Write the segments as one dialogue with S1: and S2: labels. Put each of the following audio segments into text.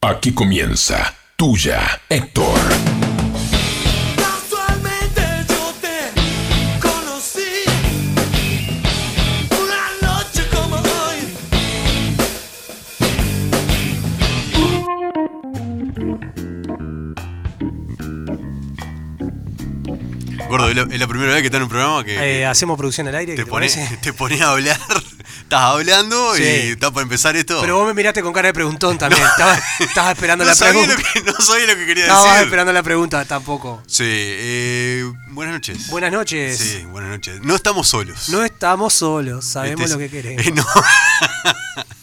S1: Aquí comienza Tuya, Héctor.
S2: Casualmente yo te conocí una noche como hoy.
S3: Gordo, es la, es la primera vez que está en un programa que
S4: Eh, hacemos producción al aire.
S3: te,
S4: ¿te
S3: pone-
S4: parece?
S3: te ponés a hablar. Estás hablando
S4: Sí.
S3: y está para empezar esto.
S4: Pero vos me miraste con cara de preguntón también. Estabas, estabas esperando
S3: no,
S4: la
S3: sabía
S4: pregunta.
S3: lo que, no sabía lo que quería
S4: Estabas
S3: decir.
S4: esperando la pregunta tampoco.
S3: Sí, eh, buenas noches.
S4: Buenas noches.
S3: Sí, buenas noches. No estamos solos.
S4: No estamos solos, sabemos
S3: Este
S4: lo que
S3: es-
S4: queremos.
S3: eh, no,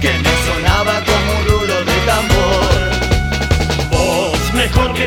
S5: que me sonaba como un rulo de tambor.
S6: Vos, mejor que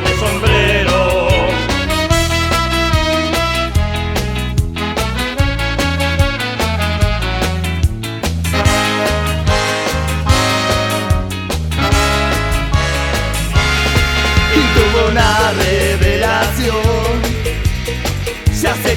S6: de sombrero.
S5: y tuvo una revelación. Ya sé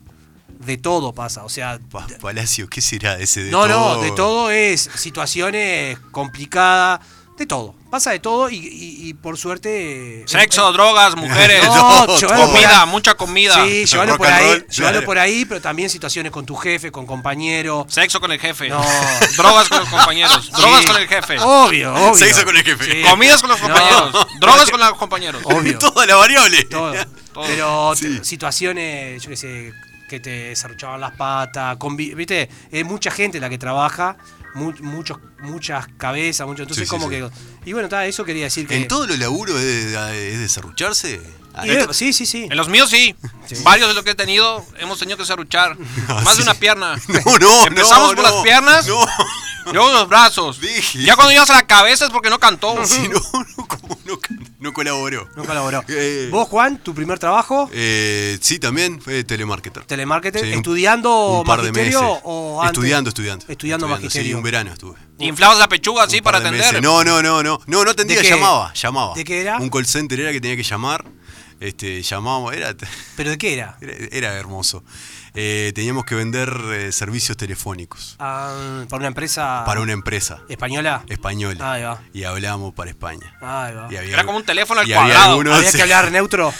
S4: De todo pasa. O sea,
S3: Pa- Palacio, ¿qué será ese de
S4: no,
S3: todo?
S4: no, de todo es situaciones complicadas, de todo. Pasa de todo y, y- y por suerte.
S7: Sexo, drogas, mujeres.
S4: No,
S3: todo,
S4: llévalo por
S7: Comida,
S4: ahí.
S7: mucha comida.
S4: Sí, llévalo
S3: Rock
S4: por
S3: and
S4: ahí,
S3: roll,
S4: llévalo
S3: claro.
S4: por ahí, pero también situaciones con tu jefe, con compañero.
S7: Sexo con el jefe.
S4: No.
S7: Drogas con los compañeros. Drogas
S4: Sí.
S7: con el jefe.
S3: Oh,
S4: Obvio, obvio.
S3: Sexo con el jefe.
S4: Sí.
S7: Comidas con los
S4: No.
S7: compañeros. Drogas con los compañeros.
S4: Obvio.
S3: Toda la variable.
S4: Todo.
S7: Todo.
S4: Pero
S3: Sí.
S4: te- situaciones, yo qué sé, que te desarrollaban las patas, convi- viste, es mucha gente la que trabaja, mu- muchos, muchas cabezas, mucho, entonces
S3: Sí, sí,
S4: como
S3: sí.
S4: que y bueno, ta, eso quería decir que
S3: ¿En todos los laburos es, es desarrucharse? Ah,
S4: Y, eh, sí, sí, sí.
S7: En los míos sí. Varios de los que he tenido hemos tenido que serruchar. Más de
S3: Ah, sí.
S7: una pierna.
S3: No, no,
S7: Empezamos
S3: no,
S7: por
S3: no.
S7: las piernas.
S3: No.
S7: Luego los brazos.
S3: Dije.
S7: Ya cuando llegas a la cabeza es porque no cantó.
S3: Si no, no, como no, can- no colaboró.
S4: No colaboró.
S3: Eh.
S4: Vos, Juan, tu primer trabajo,
S3: Eh, sí, también fue telemarketer.
S4: telemarketing,
S3: Sí, un-
S4: estudiando
S3: un par de
S4: magisterio
S3: meses.
S4: o antes?
S3: Estudiando, estudiando.
S4: Estudiando magisterio.
S3: Sí, un verano estuve.
S7: Inflabas la pechuga así
S3: Un
S7: para
S3: par de meses.
S7: atender.
S3: No, no, no, no. No, no atendía,
S4: ¿De qué?
S3: llamaba, llamaba.
S4: ¿De qué era?
S3: Un call center era que tenía que llamar. Este, llamábamos, era,
S4: ¿Pero de qué era?
S3: era, era hermoso. Eh, teníamos que vender eh, servicios telefónicos
S4: Ah, para una empresa
S3: para una empresa
S4: española.
S3: española.
S4: Ahí va.
S3: Y hablábamos para España.
S4: Ahí va.
S3: Y había-
S7: Era como un teléfono al
S3: y había
S7: cuadrado.
S3: algunos-
S4: Había
S3: sí.
S4: que hablar neutro.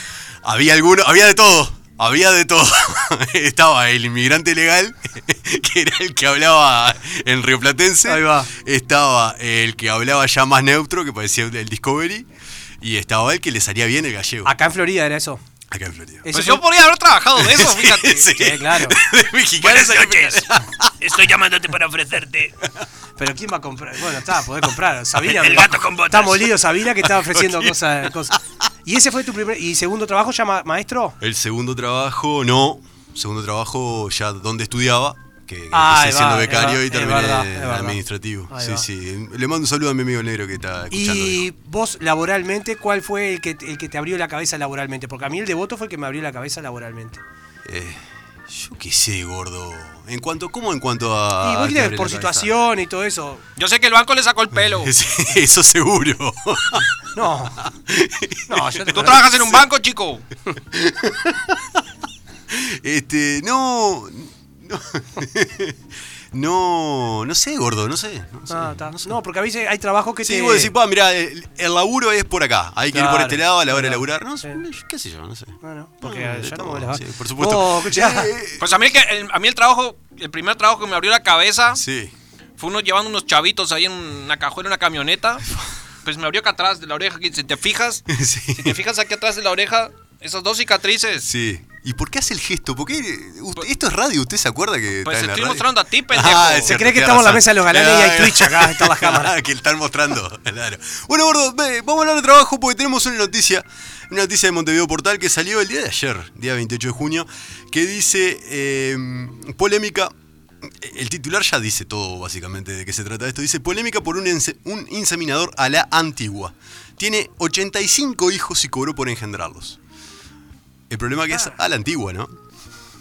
S3: Había alguno, había de todo. Había de todo. Estaba el inmigrante legal, que era el que hablaba en rioplatense.
S4: Ahí va.
S3: Estaba el que hablaba ya más neutro, que parecía el Discovery. Y estaba el que le salía bien el gallego.
S4: Acá en Florida era eso.
S3: Acá en Florida.
S4: Ah, Eso
S7: Pues
S4: fue-
S7: yo podría haber trabajado de eso, fíjate.
S3: Sí,
S4: sí, claro.
S3: De mexicanos a
S7: noches.
S3: mexicanos.
S7: Estoy llamándote para ofrecerte.
S4: Pero ¿quién va a comprar? Bueno, está, podés comprar. Sabina.
S7: El gato con botas.
S4: Está molido Sabina que estaba ofreciendo cosas. cosas. ¿Y ese fue tu primer y segundo trabajo ya ma- maestro?
S3: El segundo trabajo, no. Segundo trabajo, ya donde estudiaba, que, que
S4: Ah, ahí
S3: empecé siendo
S4: va, ahí
S3: becario
S4: va,
S3: y
S4: es
S3: terminé
S4: verdad, es
S3: en
S4: verdad.
S3: administrativo.
S4: Ahí
S3: Sí,
S4: va.
S3: sí. Le mando un saludo a mi amigo negro que está escuchando.
S4: Y vos laboralmente, ¿cuál fue el que, el que te abrió la cabeza laboralmente? Porque a mí el devoto fue el que me abrió la cabeza laboralmente.
S3: Eh, yo qué sé, gordo. En cuanto, ¿Cómo en cuanto
S7: Ah,
S3: a.?
S4: y vos
S3: a
S4: viste que
S3: abrir
S4: por
S3: la
S4: situación y todo eso.
S7: Yo sé que el banco le sacó el pelo.
S3: cabeza? Sí, Eso seguro.
S4: No. No, yo
S7: Tú trabajas en un banco, chico.
S3: Este, no. No. No, no sé, gordo, no sé. No, sé,
S4: Ah, está.
S3: no sé.
S4: No, porque a veces hay trabajos que
S3: Sí,
S4: te.
S3: vos decís, pa, mirá, el, el laburo es por acá. Hay que ir por
S4: Claro,
S3: este lado a la hora de
S4: claro.
S3: laburar. No,
S4: Sí.
S3: qué sé yo, no sé.
S4: Bueno, porque
S3: No, de
S4: ya no
S3: todo,
S4: me las
S3: sí, por supuesto. Eh,
S4: Vos, Oh, escuchá.
S7: Pues a mí, el que, el- a mí el trabajo, el primer trabajo que me abrió la cabeza
S3: Sí.
S7: fue uno llevando unos chavitos ahí en una cajuela, en una camioneta. Pues me abrió acá atrás de la oreja. que Si te fijas,
S3: Sí.
S7: si te fijas aquí atrás de la oreja, esas dos cicatrices.
S3: Sí. ¿Y por qué hace el gesto? ¿Por qué? Usted- esto es radio, ¿usted se acuerda que.?
S7: Pues
S3: está en la
S7: estoy
S3: radio? Ah,
S7: mostrando a ti, pendejo.
S3: es
S7: Se
S3: cierto,
S4: cree que
S3: tenés
S4: estamos en la
S3: razón.
S4: mesa de los galanes y hay
S3: Ah,
S4: Twitch acá, están las cámaras.
S3: que están mostrando, claro. Bueno, gordo, ve, vamos a hablar de trabajo porque tenemos una noticia. Una noticia de Montevideo Portal que salió el día de ayer, día 28 de junio, que dice: eh, polémica. El titular ya dice todo, básicamente, de qué se trata esto. Dice: polémica por un, ense- un inseminador a la antigua. Tiene 85 hijos y cobró por engendrarlos. El problema que es a la antigua, ¿no?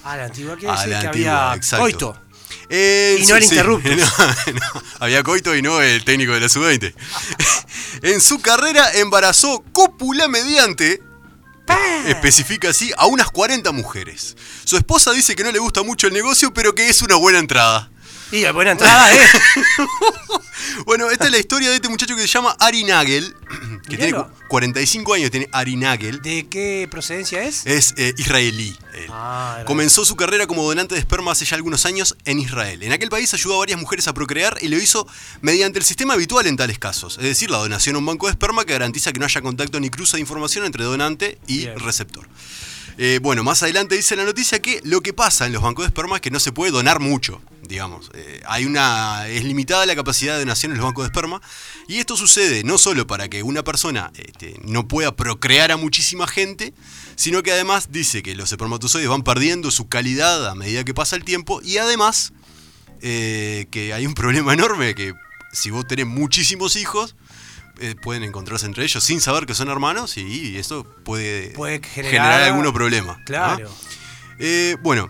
S4: Ah, la antigua quiere
S3: A
S4: decir
S3: la
S4: que
S3: antigua,
S4: había
S3: exacto.
S4: coito.
S3: Eh, en
S4: Y no
S3: su-
S4: era
S3: sí,
S4: interruptus.
S3: no, no, había coito y no el técnico de la sub-20. en su carrera embarazó cópula mediante, especifica así, a unas 40 mujeres. Su esposa dice que no le gusta mucho el negocio, pero que es una buena entrada.
S4: Y la buena entrada, ¿eh?
S3: Bueno, esta es la historia de este muchacho que se llama Ari Nagel, que tiene
S4: Miralo.
S3: 45 años, tiene Ari Nagel.
S4: ¿De qué procedencia es?
S3: Es eh, israelí. él.
S4: Ah, era-
S3: Comenzó su carrera como donante de esperma hace ya algunos años en Israel. En aquel país ayudó a varias mujeres a procrear y lo hizo mediante el sistema habitual en tales casos, es decir, la donación a un banco de esperma que garantiza que no haya contacto ni cruce de información entre donante y
S4: Bien.
S3: receptor. Eh, bueno, más adelante dice la noticia que lo que pasa en los bancos de esperma es que no se puede donar mucho, digamos. Eh, hay una, es limitada la capacidad de donación en los bancos de esperma y esto sucede no solo para que una persona este, no pueda procrear a muchísima gente, sino que además dice que los espermatozoides van perdiendo su calidad a medida que pasa el tiempo y además eh, que hay un problema enorme que si vos tenés muchísimos hijos eh, pueden encontrarse entre ellos sin saber que son hermanos y, esto puede,
S4: Puede generar-
S3: algunos problemas. ¿no?
S4: Claro.
S3: Eh, bueno,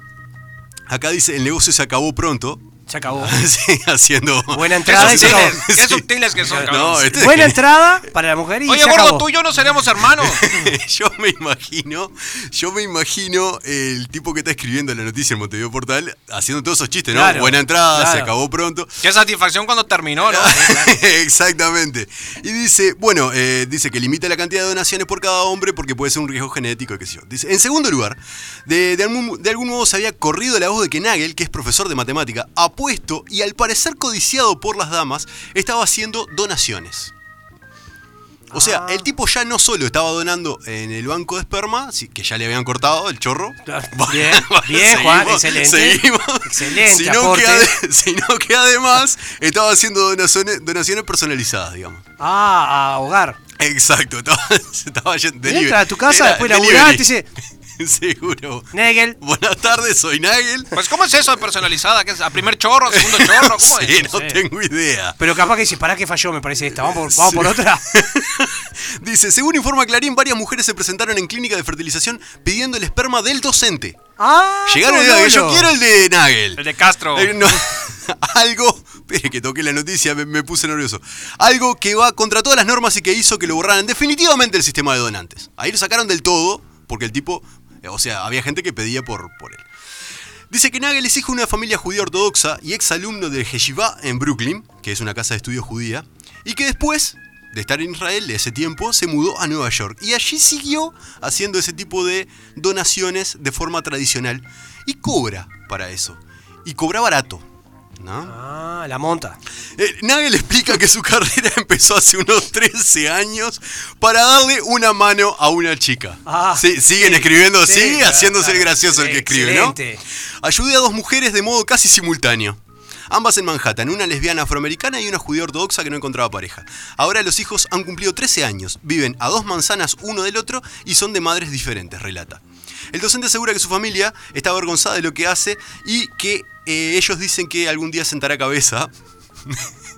S3: acá dice el negocio se acabó pronto.
S4: Se acabó.
S3: Sí, haciendo.
S4: Buena entrada
S7: Qué
S4: y se
S7: sutiles,
S4: acabó.
S7: qué sutiles que son, cabrón.
S4: eh.
S3: No, este-
S4: Buena entrada para la mujer y
S7: Oye,
S4: se
S7: gordo,
S4: acabó.
S7: tú y yo no seremos hermanos.
S3: yo me imagino, yo me imagino el tipo que está escribiendo la noticia en Montevideo Portal haciendo todos esos chistes, ¿no?
S4: Claro,
S3: Buena entrada, se
S4: claro.
S3: acabó pronto.
S7: Qué satisfacción cuando terminó, ¿no?
S3: Exactamente. Y dice, bueno, eh, dice que limita la cantidad de donaciones por cada hombre porque puede ser un riesgo genético, qué sé yo. Dice, en segundo lugar, de, de algún, de algún modo se había corrido la voz de que Nagel, que es profesor de matemática, apuesto y al parecer codiciado por las damas, estaba haciendo donaciones. O sea,
S4: Ah.
S3: el tipo ya no solo estaba donando en el banco de esperma, sí, que ya le habían cortado el chorro.
S4: Claro. Bien, bien, Juan, excelente.
S3: Seguimos.
S4: Excelente
S3: Sino que,
S4: aporte.
S3: ade- sino que además estaba haciendo donaciones, donaciones personalizadas, digamos.
S4: Ah, a hogar.
S3: Exacto, estaba, estaba yendo
S4: Bien, entra a tu casa, después laburás, te
S3: dice. Seguro.
S4: Nagel.
S3: Buenas tardes, soy Nagel.
S7: Pues, ¿cómo es eso de personalizada? ¿Qué es? ¿A primer chorro, a segundo chorro? ¿Cómo
S3: Sí,
S7: es?
S3: no tengo idea.
S4: Pero capaz que dice, pará que falló, me parece esta. Vamos por, vamos
S3: Sí.
S4: por otra.
S3: Dice, según informa Clarín, varias mujeres se presentaron en clínica de fertilización pidiendo el esperma del docente.
S4: Ah,
S3: Llegaron y
S4: no,
S3: dijeron,
S4: no,
S3: yo
S4: no.
S3: quiero el de Nagel.
S7: El de Castro.
S3: Eh, no, algo, espere, que toqué la noticia, me, me puse nervioso. Algo que va contra todas las normas y que hizo que lo borraran definitivamente el sistema de donantes. Ahí lo sacaron del todo, porque el tipo, eh, o sea, había gente que pedía por, por él. Dice que Nagel es hijo de una familia judía ortodoxa y exalumno de Yeshiva en Brooklyn, que es una casa de estudios judía, y que después de estar en Israel de ese tiempo se mudó a Nueva York y allí siguió haciendo ese tipo de donaciones de forma tradicional y cobra para eso. Y cobra barato. ¿no?
S4: Ah, la monta.
S3: Eh, Nagel explica que su carrera empezó hace unos 13 años para darle una mano a una chica.
S4: Ah,
S3: Sí, siguen escribiendo
S4: sí,
S3: así,
S4: claro,
S3: haciéndose el
S4: claro.
S3: gracioso el que escribe, ¿no?
S4: Excelente.
S3: Ayudé a dos mujeres de modo casi simultáneo. Ambas en Manhattan, una lesbiana afroamericana y una judía ortodoxa que no encontraba pareja. Ahora los hijos han cumplido 13 años, viven a dos manzanas uno del otro y son de madres diferentes, relata. El docente asegura que su familia está avergonzada de lo que hace y que eh, ellos dicen que algún día sentará cabeza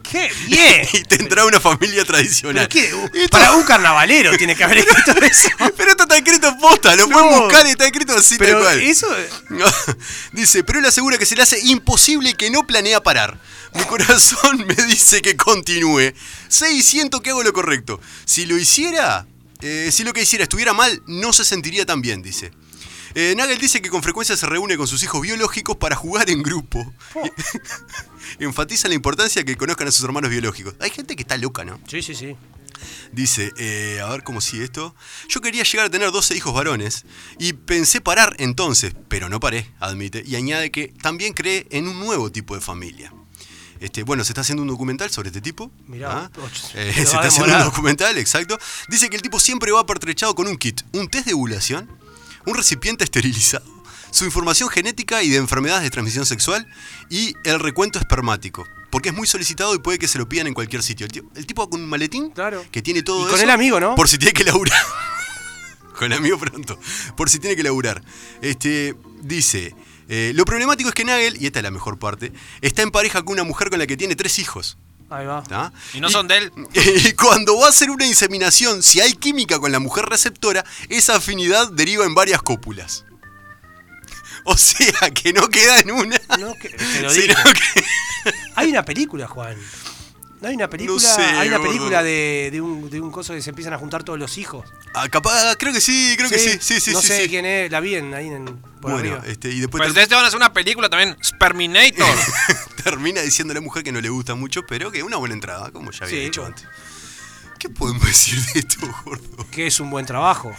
S4: ¡Qué bien!
S3: y tendrá una familia tradicional.
S4: ¿Pero qué? uh,
S3: Esto-
S4: Para un carnavalero tiene que haber escrito eso.
S3: Pero esto está escrito posta, lo pueden
S4: No.
S3: buscar y está escrito así
S4: Pero
S3: tal cual.
S4: eso. eh,
S3: No. Dice, pero él asegura que se le hace imposible y que no planea parar. Mi corazón me dice que continúe. Sé y siento que hago lo correcto. Si lo hiciera, eh, si lo que hiciera estuviera mal, no se sentiría tan bien, dice. Eh, Nagel dice que con frecuencia se reúne con sus hijos biológicos para jugar en grupo.
S4: Oh.
S3: Enfatiza la importancia que conozcan a sus hermanos biológicos. Hay gente que está loca, ¿no?
S4: Sí, sí, sí.
S3: Dice, eh, a ver cómo sigue esto. Yo quería llegar a tener 12 hijos varones y pensé parar entonces, pero no paré, admite, y añade que también cree en un nuevo tipo de familia. Este, bueno, se está haciendo un documental sobre este tipo.
S4: Mirá,
S3: Ah,
S4: ocho,
S3: eh,
S4: se
S3: se
S4: va
S3: está
S4: a
S3: haciendo un
S4: demorar.
S3: documental, exacto. Dice que el tipo siempre va pertrechado con un kit, un test de ovulación, un recipiente esterilizado, su información genética y de enfermedades de transmisión sexual y el recuento espermático. Porque es muy solicitado y puede que se lo pidan en cualquier sitio. El, tío- el tipo con un maletín
S4: Claro.
S3: que tiene todo
S4: Y con
S3: eso
S4: el amigo, ¿no?
S3: Por si tiene que laburar. con el amigo pronto. Por si tiene que laburar. Este, dice. eh, lo problemático es que Nagel, y esta es la mejor parte, está en pareja con una mujer con la que tiene tres hijos.
S4: Ahí va.
S3: ¿tá?
S7: Y no son de él.
S4: Pues
S3: Y cuando va a hacer una inseminación, si hay química con la mujer receptora, esa afinidad deriva en varias cópulas. O sea, que no queda en una.
S4: No, que- te lo
S3: sino
S4: digo.
S3: que-
S4: Hay una película, Juan. No hay una película.
S3: sé,
S4: hay una
S3: gordo.
S4: película de, de un, de un coso que se empiezan a juntar todos los hijos.
S3: Ah, capaz, creo que sí, creo que sí, sí, sí,
S4: No
S3: sí,
S4: sé
S3: sí.
S4: quién es, la vi en, ahí en. Por
S3: Bueno,
S4: arriba.
S3: este, y después
S7: Pues
S3: ter-
S7: de este van a hacer una película también, Sperminator.
S3: Termina diciendo a la mujer que no le gusta mucho, pero que es una buena entrada, como ya había
S4: Sí.
S3: dicho antes. ¿Qué podemos decir de esto, gordo?
S4: Que es un buen trabajo.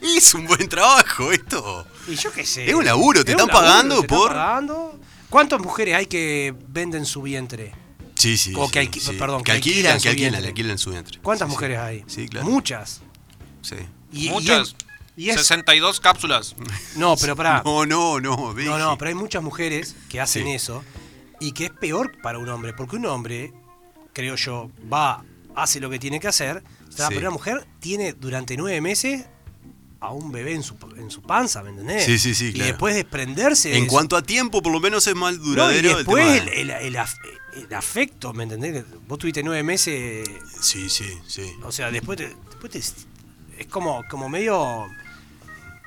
S3: Es un buen trabajo esto.
S4: Y yo qué sé.
S3: Es un laburo, te
S4: Es
S3: están
S4: un laburo,
S3: pagando
S4: te están
S3: por-
S4: pagando. ¿Cuántas mujeres hay que venden su vientre?
S3: Sí, sí.
S4: O que
S3: sí,
S4: alqui-
S3: sí.
S4: perdón,
S3: que
S4: que
S3: alquilan,
S4: alquilan
S3: que
S4: su
S3: alquilan,
S4: vientre.
S3: le alquilan su vientre.
S4: ¿Cuántas
S3: Sí, sí.
S4: mujeres hay?
S3: Sí, claro.
S4: Muchas.
S3: Sí.
S4: Y- y
S7: Muchas.
S4: es- Y es,
S7: 62 cápsulas.
S4: no, pero pará.
S3: No, no, no. dije.
S4: No, no, pero hay muchas mujeres que hacen
S3: Sí.
S4: eso y que es peor para un hombre, porque un hombre, creo yo, va, hace lo que tiene que hacer, está,
S3: Sí.
S4: pero una mujer tiene durante nueve meses a un bebé en su, en su panza, ¿me entendés?
S3: Sí, sí, sí,
S4: Y
S3: claro.
S4: después desprenderse de
S3: En
S4: eso.
S3: cuanto a tiempo, por lo menos es más
S4: No,
S3: duradero.
S4: y
S3: el
S4: después el,
S3: tema.
S4: el- el af- el afecto, ¿me entendés? Vos tuviste nueve meses,
S3: Sí, sí, sí.
S4: o sea, después te- después te- es como, como medio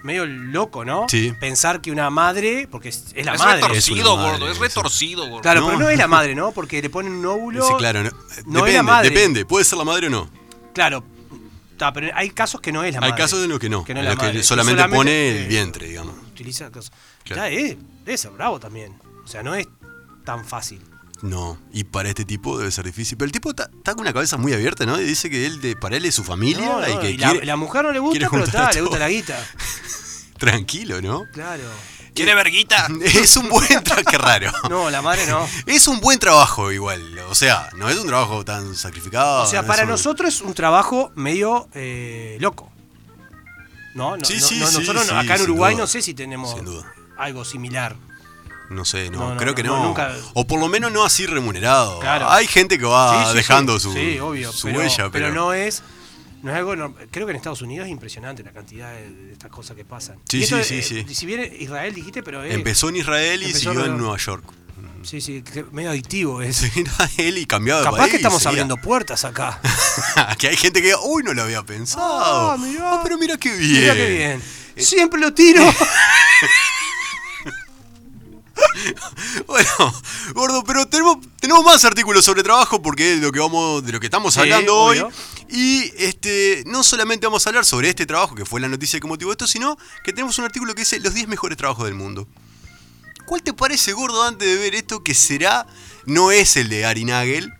S4: medio loco, ¿no?
S3: Sí.
S4: Pensar que una madre, porque es, es la
S7: es
S4: madre.
S7: retorcido,
S3: es una
S7: gordo.
S3: madre,
S7: Es
S3: sí.
S7: retorcido, gordo.
S4: Claro,
S3: No.
S4: pero no es la madre, ¿no? Porque le ponen un óvulo. Eh,
S3: Sí, claro. No,
S4: no
S3: depende,
S4: era madre.
S3: depende. Puede ser la madre o no.
S4: Claro. Ta, pero hay casos que no es la
S3: Hay
S4: madre.
S3: casos en los que no.
S4: Que no es
S3: en
S4: la
S3: los que
S4: madre, que
S3: solamente,
S4: solamente-
S3: pone
S4: eh,
S3: el vientre, digamos.
S4: Utiliza cosas.
S3: Claro.
S4: Ya, eh, debe ser bravo también. O sea, no es tan fácil.
S3: No, y para este tipo debe ser difícil. Pero el tipo está está con una cabeza muy abierta, ¿no? Y dice que él, de, para él es su familia
S4: No, no,
S3: y que
S4: y la,
S3: quiere-
S4: la mujer no le
S3: quiere
S4: gusta, pero
S3: juntar a
S4: está, le
S3: todos.
S4: gusta la guita.
S3: Tranquilo, ¿no?
S4: Claro.
S7: ¿Quiere verguita?
S3: Es un buen trabajo, qué raro.
S4: No, la madre no.
S3: Es un buen trabajo igual, o sea, no es un trabajo tan sacrificado.
S4: O sea,
S3: no es
S4: para
S3: un-
S4: nosotros es un trabajo medio eh, loco. No, no,
S3: Sí,
S4: no,
S3: sí,
S4: no,
S3: sí,
S4: nosotros no-
S3: sí,
S4: acá en
S3: sin
S4: Uruguay
S3: duda.
S4: no sé si tenemos
S3: Sin duda.
S4: algo similar.
S3: No sé, no,
S4: No, no,
S3: creo
S4: no,
S3: que no.
S4: no, nunca-
S3: O por lo menos no así remunerado.
S4: Claro.
S3: Hay gente que va
S4: Sí, sí,
S3: Ah, dejando
S4: sí.
S3: su,
S4: Sí, obvio,
S3: su
S4: pero,
S3: huella, pero,
S4: pero no es no es algo nor- creo que en Estados Unidos es impresionante la cantidad de, de estas cosas que pasan.
S3: Sí,
S4: Y esto, eh,
S3: sí, sí, sí.
S4: Si bien Israel dijiste, pero es,
S3: Empezó en Israel y
S4: Empezó
S3: siguió en
S4: alrededor.
S3: Nueva York.
S4: sí, sí, que medio adictivo es.
S3: Israel y cambiado de
S4: Capaz
S3: país.
S4: que estamos
S3: seguía.
S4: abriendo puertas acá.
S3: que hay gente que, uy, no lo había pensado.
S4: Ah, mirá.
S3: Ah, pero mira qué bien. Eh,
S4: Mira qué bien. Siempre lo tiro.
S3: Bueno, gordo, pero tenemos, tenemos más artículos sobre trabajo porque es lo que vamos, de lo que estamos
S4: Sí,
S3: hablando
S4: obvio.
S3: hoy. Y este, no solamente vamos a hablar sobre este trabajo, que fue la noticia que motivó esto, sino que tenemos un artículo que dice los 10 mejores trabajos del mundo. ¿Cuál te parece, gordo, antes de ver esto, que será, no es el de Ari Nagel,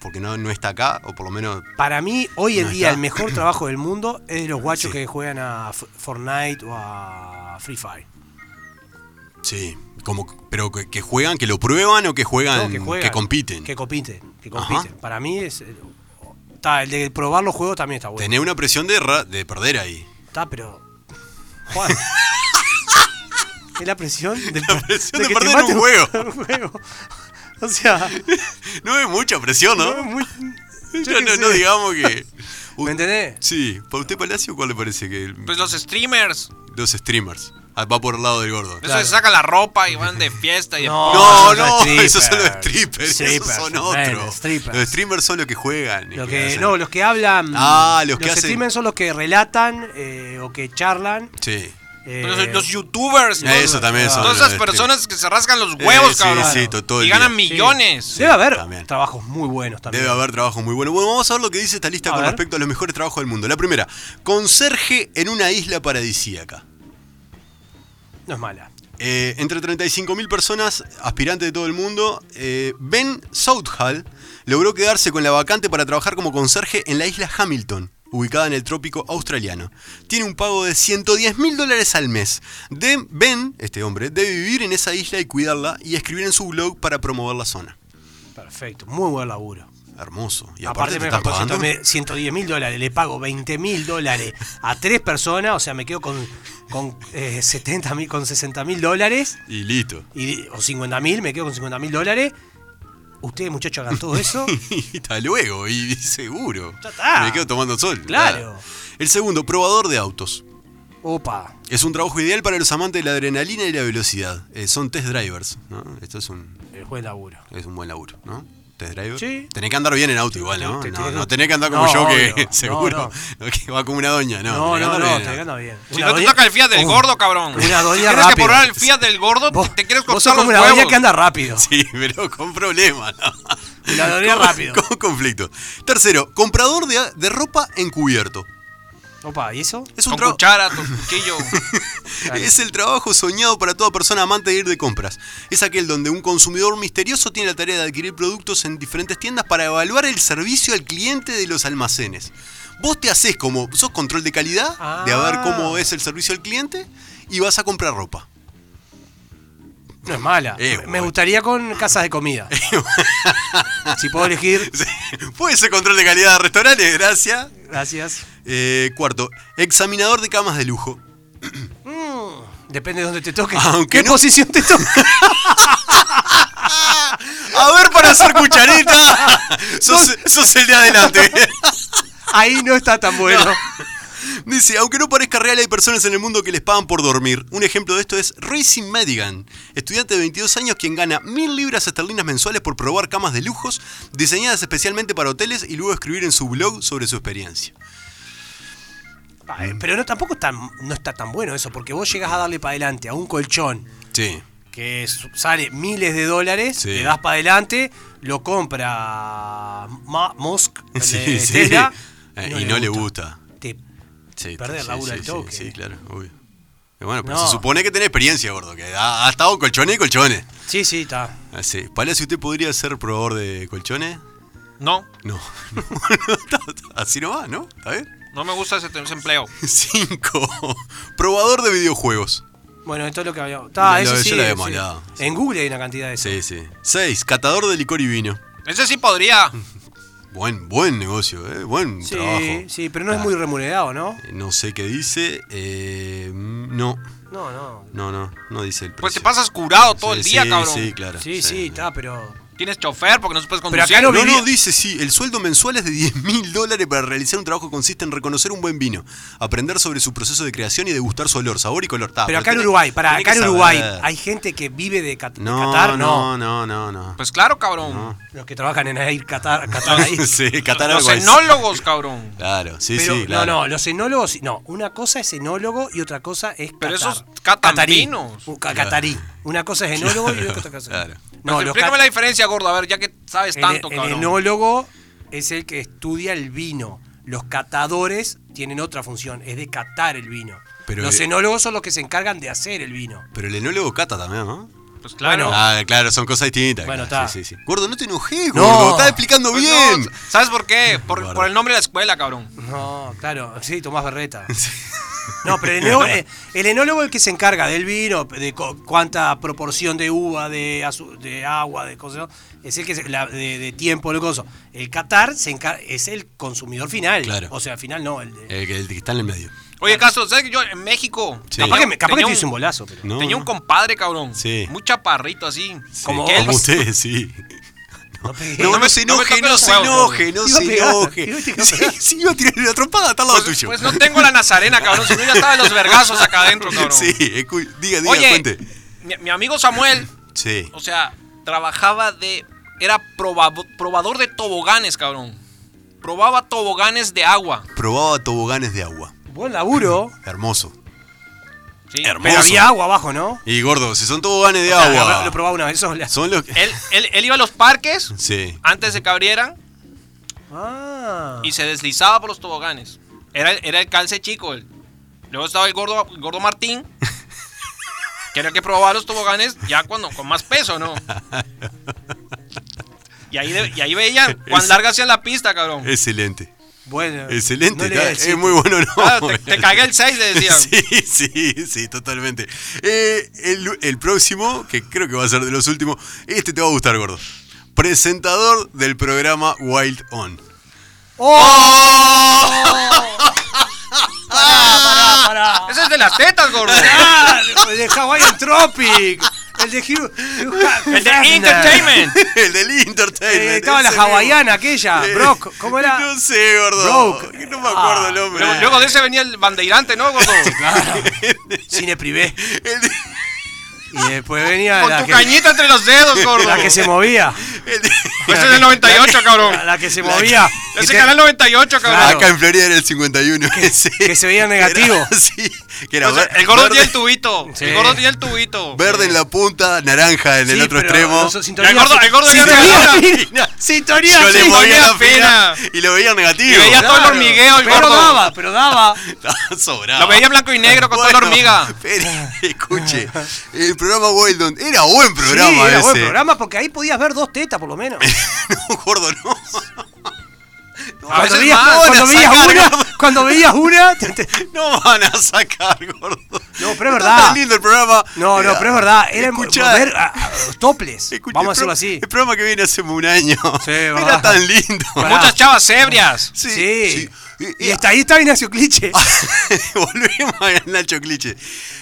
S3: porque no, no está acá, o por lo menos
S4: Para mí, hoy en
S3: No
S4: día,
S3: está.
S4: el mejor trabajo del mundo es de los guachos
S3: Sí.
S4: que juegan a F- Fortnite o a Free Fire.
S3: Sí, como, pero que, que juegan, que lo prueban o que juegan,
S4: No,
S3: Ah, que,
S4: juegan,
S3: compiten.
S4: Que compiten, que compiten. Para mí es. eh, Está, el de probar los juegos también está bueno.
S3: Tenés una presión de, ra- de perder ahí.
S4: Está, pero. Juan. Es la presión de,
S3: La presión de
S4: que te
S3: perder
S4: maten
S3: un juego.
S4: un juego. O sea,
S3: No es mucha presión, ¿no?
S4: es muy- yo
S3: no,
S4: qué
S3: no,
S4: sé.
S3: no digamos que. U-
S4: ¿Me entendés?
S3: Sí, ¿para usted Palacio cuál le parece que el-
S7: Pues los streamers.
S3: los streamers? Ah, va por el lado del gordo.
S7: Eso se saca la ropa y van de fiesta y
S3: No,
S4: son
S3: no,
S4: los
S3: esos son los strippers, esos
S4: Strippers,
S3: son
S4: bueno,
S3: otros.
S4: strippers.
S3: Los streamers son los que juegan. y
S4: Lo
S3: que
S4: que,
S3: hacen-
S4: no, los que hablan.
S3: Ah, los que hacen-
S4: streamers son los que relatan eh, o que charlan.
S3: Sí.
S4: eh, Ah.
S7: Los, los youtubers.
S3: Eh, eso también son los
S7: Todas esas
S3: streamers.
S7: personas que se rascan los huevos,
S3: sí,
S7: cabrón.
S3: sí, to- todo el
S7: y ganan
S3: día.
S7: millones.
S4: debe haber
S3: también.
S4: trabajos muy buenos también.
S3: Debe haber trabajos muy buenos. Bueno, vamos a ver lo que dice esta lista
S4: A
S3: con
S4: ver.
S3: respecto a los mejores trabajos del mundo. La primera, conserje en una isla paradisíaca.
S4: No es mala.
S3: Eh, entre 35.000 personas, aspirantes de todo el mundo, eh, Ben Southall logró quedarse con la vacante para trabajar como conserje en la isla Hamilton, ubicada en el trópico australiano. Tiene un pago de 110 mil dólares al mes. De ben, este hombre, debe vivir en esa isla y cuidarla y escribir en su blog para promover la zona.
S4: Perfecto. Muy buen laburo.
S3: Hermoso. Y aparte,
S4: Aparte,
S3: te
S4: me
S3: están
S4: gastó
S3: pagando.
S4: 110 mil dólares, le pago 20 mil dólares a tres personas, o sea, me quedo con, con, eh, 70 mil, con 60 mil dólares,
S3: Y listo.
S4: y, o 50 mil, me quedo con 50 mil dólares. Ustedes, muchachos, hagan todo eso.
S3: Y Hasta luego, y seguro.
S4: Ya está.
S3: Me quedo tomando sol.
S4: Claro.
S3: Ah. El segundo, probador de autos.
S4: Opa,
S3: Es un trabajo ideal para los amantes de la adrenalina y la velocidad. Eh, son test drivers, ¿no? Esto es un,
S4: es buen laburo.
S3: es un buen laburo, ¿no? Test driver.
S4: Sí.
S3: Tenés que andar bien en auto igual, ¿no?
S4: Te- te-
S3: no,
S4: te-
S3: no tenés que andar como
S4: No,
S3: yo que
S4: obvio.
S3: seguro que va como una doña, ¿no?
S4: No, no, no,
S3: tenés
S4: te
S3: que andar bien en auto.
S4: anda bien.
S7: Si
S4: Una
S7: no te
S4: doña-
S7: toca el Fiat del
S4: Uh,
S7: gordo, cabrón.
S4: una doña
S7: si tienes que
S4: rápido.
S7: probar el Fiat del gordo, te-
S4: Vos-
S7: te quieres
S4: vos
S7: cortar los
S4: sos como una doña
S7: huevos.
S4: que anda rápido.
S3: Sí, pero con problemas, ¿no?
S4: Te la doné
S3: Con-
S4: rápido.
S3: Con conflicto. Tercero, comprador de, de ropa encubierto.
S4: Opa, ¿y eso?
S3: Es un trabajo.
S7: Con cuchara, con cuchillo.
S3: Es el trabajo soñado para toda persona amante de ir de compras. Es aquel donde un consumidor misterioso tiene la tarea de adquirir productos en diferentes tiendas para evaluar el servicio al cliente de los almacenes. Vos te haces como, sos control de calidad, de a ver cómo
S4: Ah.
S3: es el servicio al cliente y vas a comprar ropa.
S4: No es mala.
S3: Eh,
S4: me
S3: bueno.
S4: gustaría con casas de comida. si puedo elegir.
S3: Sí. Puede ser control de calidad de restaurantes, gracias.
S4: Gracias.
S3: Eh, cuarto, examinador de camas de lujo.
S4: Depende de dónde te toque.
S3: Aunque
S4: ¿Qué
S3: no-
S4: posición te toca?
S3: A ver para hacer cucharita. sos, sos el de adelante.
S4: Ahí no está tan bueno.
S3: Dice, aunque no parezca real, hay personas en el mundo que les pagan por dormir. Un ejemplo de esto es Racing Madigan, estudiante de 22 años quien gana 1000 libras esterlinas mensuales por probar camas de lujos diseñadas especialmente para hoteles y luego escribir en su blog sobre su experiencia.
S4: Ay, Pero no tampoco es tan- no está tan bueno eso, porque vos llegás a darle para adelante a un colchón
S3: Sí.
S4: que es- sale miles de dólares,
S3: Sí.
S4: le das para adelante, lo compra Ma- Musk, el
S3: Sí,
S4: de
S3: sí.
S4: Tesla,
S3: Eh, y no le gusta.
S4: Te-
S3: Sí,
S4: Perder
S3: sí,
S4: laburo
S3: sí,
S4: al
S3: sí,
S4: toque.
S3: Sí, claro, obvio. Y bueno, pero
S4: No.
S3: se supone que tenés experiencia, gordo, que ha, ha estado en colchones y colchones.
S4: Sí, sí, está.
S3: Así. Palacio, ¿usted podría ser probador de colchones?
S7: No,
S3: No. Así no va, ¿no? ¿Está bien?
S7: no me gusta ese, ese empleo.
S3: 5. Probador de videojuegos.
S4: Bueno, esto es lo que había. Está,
S3: Lo-
S4: eso
S3: ya
S4: sí,
S3: lo habíamos
S4: sí.
S3: hablado.
S4: En Google hay una cantidad de eso.
S3: Sí, sí. 6. Catador de licor y vino.
S7: Ese sí podría.
S3: Buen, buen negocio, ¿eh? buen
S4: Sí,
S3: trabajo. Eh,
S4: sí, pero no es muy remunerado, ¿no?
S3: No sé qué dice. eh, no,
S4: No, no.
S3: no, no, no dice el precio.
S7: Pues te pasas curado todo
S3: Sí,
S7: el día,
S3: sí,
S7: cabrón.
S3: Sí, Ah, claro.
S4: Sí, sí, está, pero.
S7: Tienes chofer porque no se puedes
S4: Pero
S7: conducir.
S4: acá no
S3: No,
S4: vivía-
S3: no, dice, sí, el sueldo mensual es de 10 mil dólares para realizar un trabajo que consiste en reconocer un buen vino, aprender sobre su proceso de creación y degustar su olor, sabor y color. Ta,
S4: Pero acá en
S3: tenés-
S4: Uruguay, para
S3: tenés
S4: acá
S3: que
S4: en Uruguay,
S3: saber.
S4: hay gente que vive de, Cat- de
S3: no,
S4: Qatar, no.
S3: no, no, no, no.
S7: Pues claro, cabrón.
S4: Los que trabajan en Air Qatar, Qatar ahí.
S3: sí, Qatar
S7: Los
S3: Airways.
S7: enólogos, cabrón.
S3: Claro, sí,
S4: Pero,
S3: sí, claro.
S4: No, no, los enólogos, no. Una cosa es enólogo y otra cosa es Qatar.
S7: Pero esos
S4: Catarí.
S7: catambinos.
S4: Un ca- Catarí. Una cosa es enólogo y otra cosa es.
S3: Claro.
S7: No,
S4: los
S7: Pues explícame
S4: ca-
S7: la diferencia, gordo, a ver, ya que sabes
S4: el-
S7: tanto,
S4: el,
S7: cabrón.
S4: enólogo es el que estudia el vino. Los catadores tienen otra función, es de catar el vino.
S3: Pero
S4: los
S3: el-
S4: enólogos son los que se encargan de hacer el vino.
S3: Pero el enólogo cata también, ¿no?
S7: Pues claro.
S4: Bueno.
S3: Ah, claro, son cosas distintas.
S4: Bueno,
S3: claro,
S4: está.
S3: sí, sí, sí. Gordo, no te enojes,
S4: No.
S3: gordo. Estás explicando
S7: Pues no,
S3: bien.
S7: ¿Sabes por qué? Por,
S3: Bárbaro.
S7: por el nombre de la escuela, cabrón.
S4: No, claro, sí, Tomás Berreta. No, pero el enólogo, eh, el enólogo es el que se encarga del vino, de co- cuánta proporción de uva, de, azu- de agua, de cosas, es el que se- la- de, de tiempo, de cosas. El Qatar se encar- es el consumidor final.
S3: Claro. Eh,
S4: O sea, final no, el de-
S3: El, que- el que está en el medio.
S7: Oye, Castro, ¿sabes que yo en México?
S3: Sí.
S7: tenía
S3: Capaz
S4: que
S7: un-
S4: me- capaz que
S7: tenía
S4: te hice un bolazo, pero-
S3: No,
S7: tenía
S3: no.
S7: un compadre, cabrón.
S3: Sí.
S7: Muy chaparrito así.
S3: Sí, Oh,
S7: Como
S3: como
S7: que él. pues,
S3: usted, sí.
S4: No pegué.
S3: No,
S7: Eh, no
S3: no
S7: me-
S3: se
S7: no me
S3: enoje,
S7: toque
S3: no
S7: los
S3: se
S7: huevos,
S3: enoje, no
S4: Iba a
S3: se
S4: pegar,
S3: enoje.
S4: iba a pegar.
S3: Sí, sí, iba a tirar la trompada está al lado
S7: Pues,
S3: tuyo.
S7: pues no tengo la nazarena, cabrón. Si no, ya estaba en los vergazos acá adentro, cabrón.
S3: Sí, escu- diga, diga,
S7: Oye,
S3: cuente.
S7: mi, mi amigo Samuel,
S3: Sí.
S7: o sea, trabajaba de. Era probabo- probador de toboganes, cabrón. Probaba toboganes de agua.
S3: Probaba toboganes de agua.
S4: Buen laburo.
S3: Hermoso.
S7: ¿sí?
S3: Hermoso.
S4: Pero había agua abajo, ¿no?
S3: Y gordo, si son toboganes de
S4: Lo he
S3: agua.
S4: probado una vez sola.
S3: Son los que.
S7: Él, él- él iba a los parques
S3: Sí.
S7: antes de que abrieran
S4: Ah.
S7: y se deslizaba por los toboganes. Era, era el calce chico. él. Luego estaba el gordo, el gordo Martín, que era el que probaba los toboganes ya cuando con más peso, ¿no? Y ahí, de- y ahí veían cuán
S3: Es-
S7: larga hacía la pista, cabrón.
S4: Eh,
S3: Excelente.
S4: Bueno.
S3: Excelente.
S4: no le
S3: está-
S4: voy a
S3: es
S4: decir.
S3: muy bueno, ¿no?
S7: Claro, te,
S4: eh,
S7: te cagué el 6, le decían.
S3: Sí, sí, sí, totalmente. Eh, el, el próximo, que creo que va a ser de los últimos, este te va a gustar, gordo. Presentador del programa Wild On.
S4: ¡Oh! Pará, pará, pará.
S7: ¡Oh! Ese es de las tetas, gordo.
S4: Ah, el de Hawaiian Tropic. El de Hugh. Hugh
S7: el de
S4: Hefner.
S7: Entertainment.
S3: el del Entertainment.
S4: Eh, estaba la
S3: ese mismo. Eh,
S4: hawaiana aquella, Brock, ¿cómo era?
S3: No sé, gordo.
S4: Brock. Ah,
S3: No me acuerdo el nombre.
S7: Luego, luego de ese venía el bandeirante, ¿no, gordo?
S4: Cine privé.
S3: El de-
S4: Y después venía
S7: Con
S4: la
S7: tu
S4: que,
S7: cañita entre los dedos, gordo.
S4: la que se movía.
S3: el de- Ah,
S7: Pues Ese es del 98, cabrón.
S4: La que se movía. Y
S7: Ese
S4: te-
S7: canal 98, cabrón.
S4: Claro.
S3: Acá en Florida era el 51. ese.
S4: que se veía negativo.
S3: Era- sí, que era
S7: Entonces,
S3: ver-
S7: el gordo
S3: verde,
S7: tiene el tubito.
S4: Sí.
S7: El gordo tiene el tubito.
S3: verde en la punta, naranja en el
S4: Sí,
S3: otro
S4: pero
S3: extremo.
S4: no son sintonía
S7: El gordo- el gordo
S4: fina.
S7: ya
S4: Sintonía
S7: regala.
S4: fina. Sintonía
S3: Yo le
S4: fina.
S3: movía la
S7: fina.
S3: pena y lo veía negativo.
S7: Y veía todo el
S4: Claro.
S7: hormigueo, el
S4: pero
S7: gordo.
S4: daba, pero daba.
S3: Estaba sobrado.
S7: Lo veía blanco y negro con toda la
S3: Bueno,
S7: hormiga.
S3: espere, escuche, el programa Weldon era buen programa
S4: sí, era
S3: ese.
S4: buen programa porque ahí podías ver dos tetas por lo menos.
S3: no, gordo, no.
S7: A veces
S4: veías,
S7: más.
S4: cuando
S7: Van a
S4: veías
S7: sacar,
S4: una, cuando veías una, te- te-
S3: No van a sacar, gordo.
S4: No, pero es
S3: Está
S4: verdad.
S3: tan lindo el programa.
S4: no, no,
S3: Era-
S4: pero es verdad, era
S3: Escuchá,
S4: ver a- a- toples,
S3: escuchá,
S4: vamos a
S3: el pro-
S4: decirlo así.
S3: El programa que viene hace un año. era
S4: verdad.
S3: tan lindo.
S4: Pará.
S7: Muchas chavas ebrias.
S3: Sí. Ah,
S4: Sí.
S3: sí.
S4: Y está ahí está Ignacio Cliche.
S3: Volvemos a Nacho Cliche.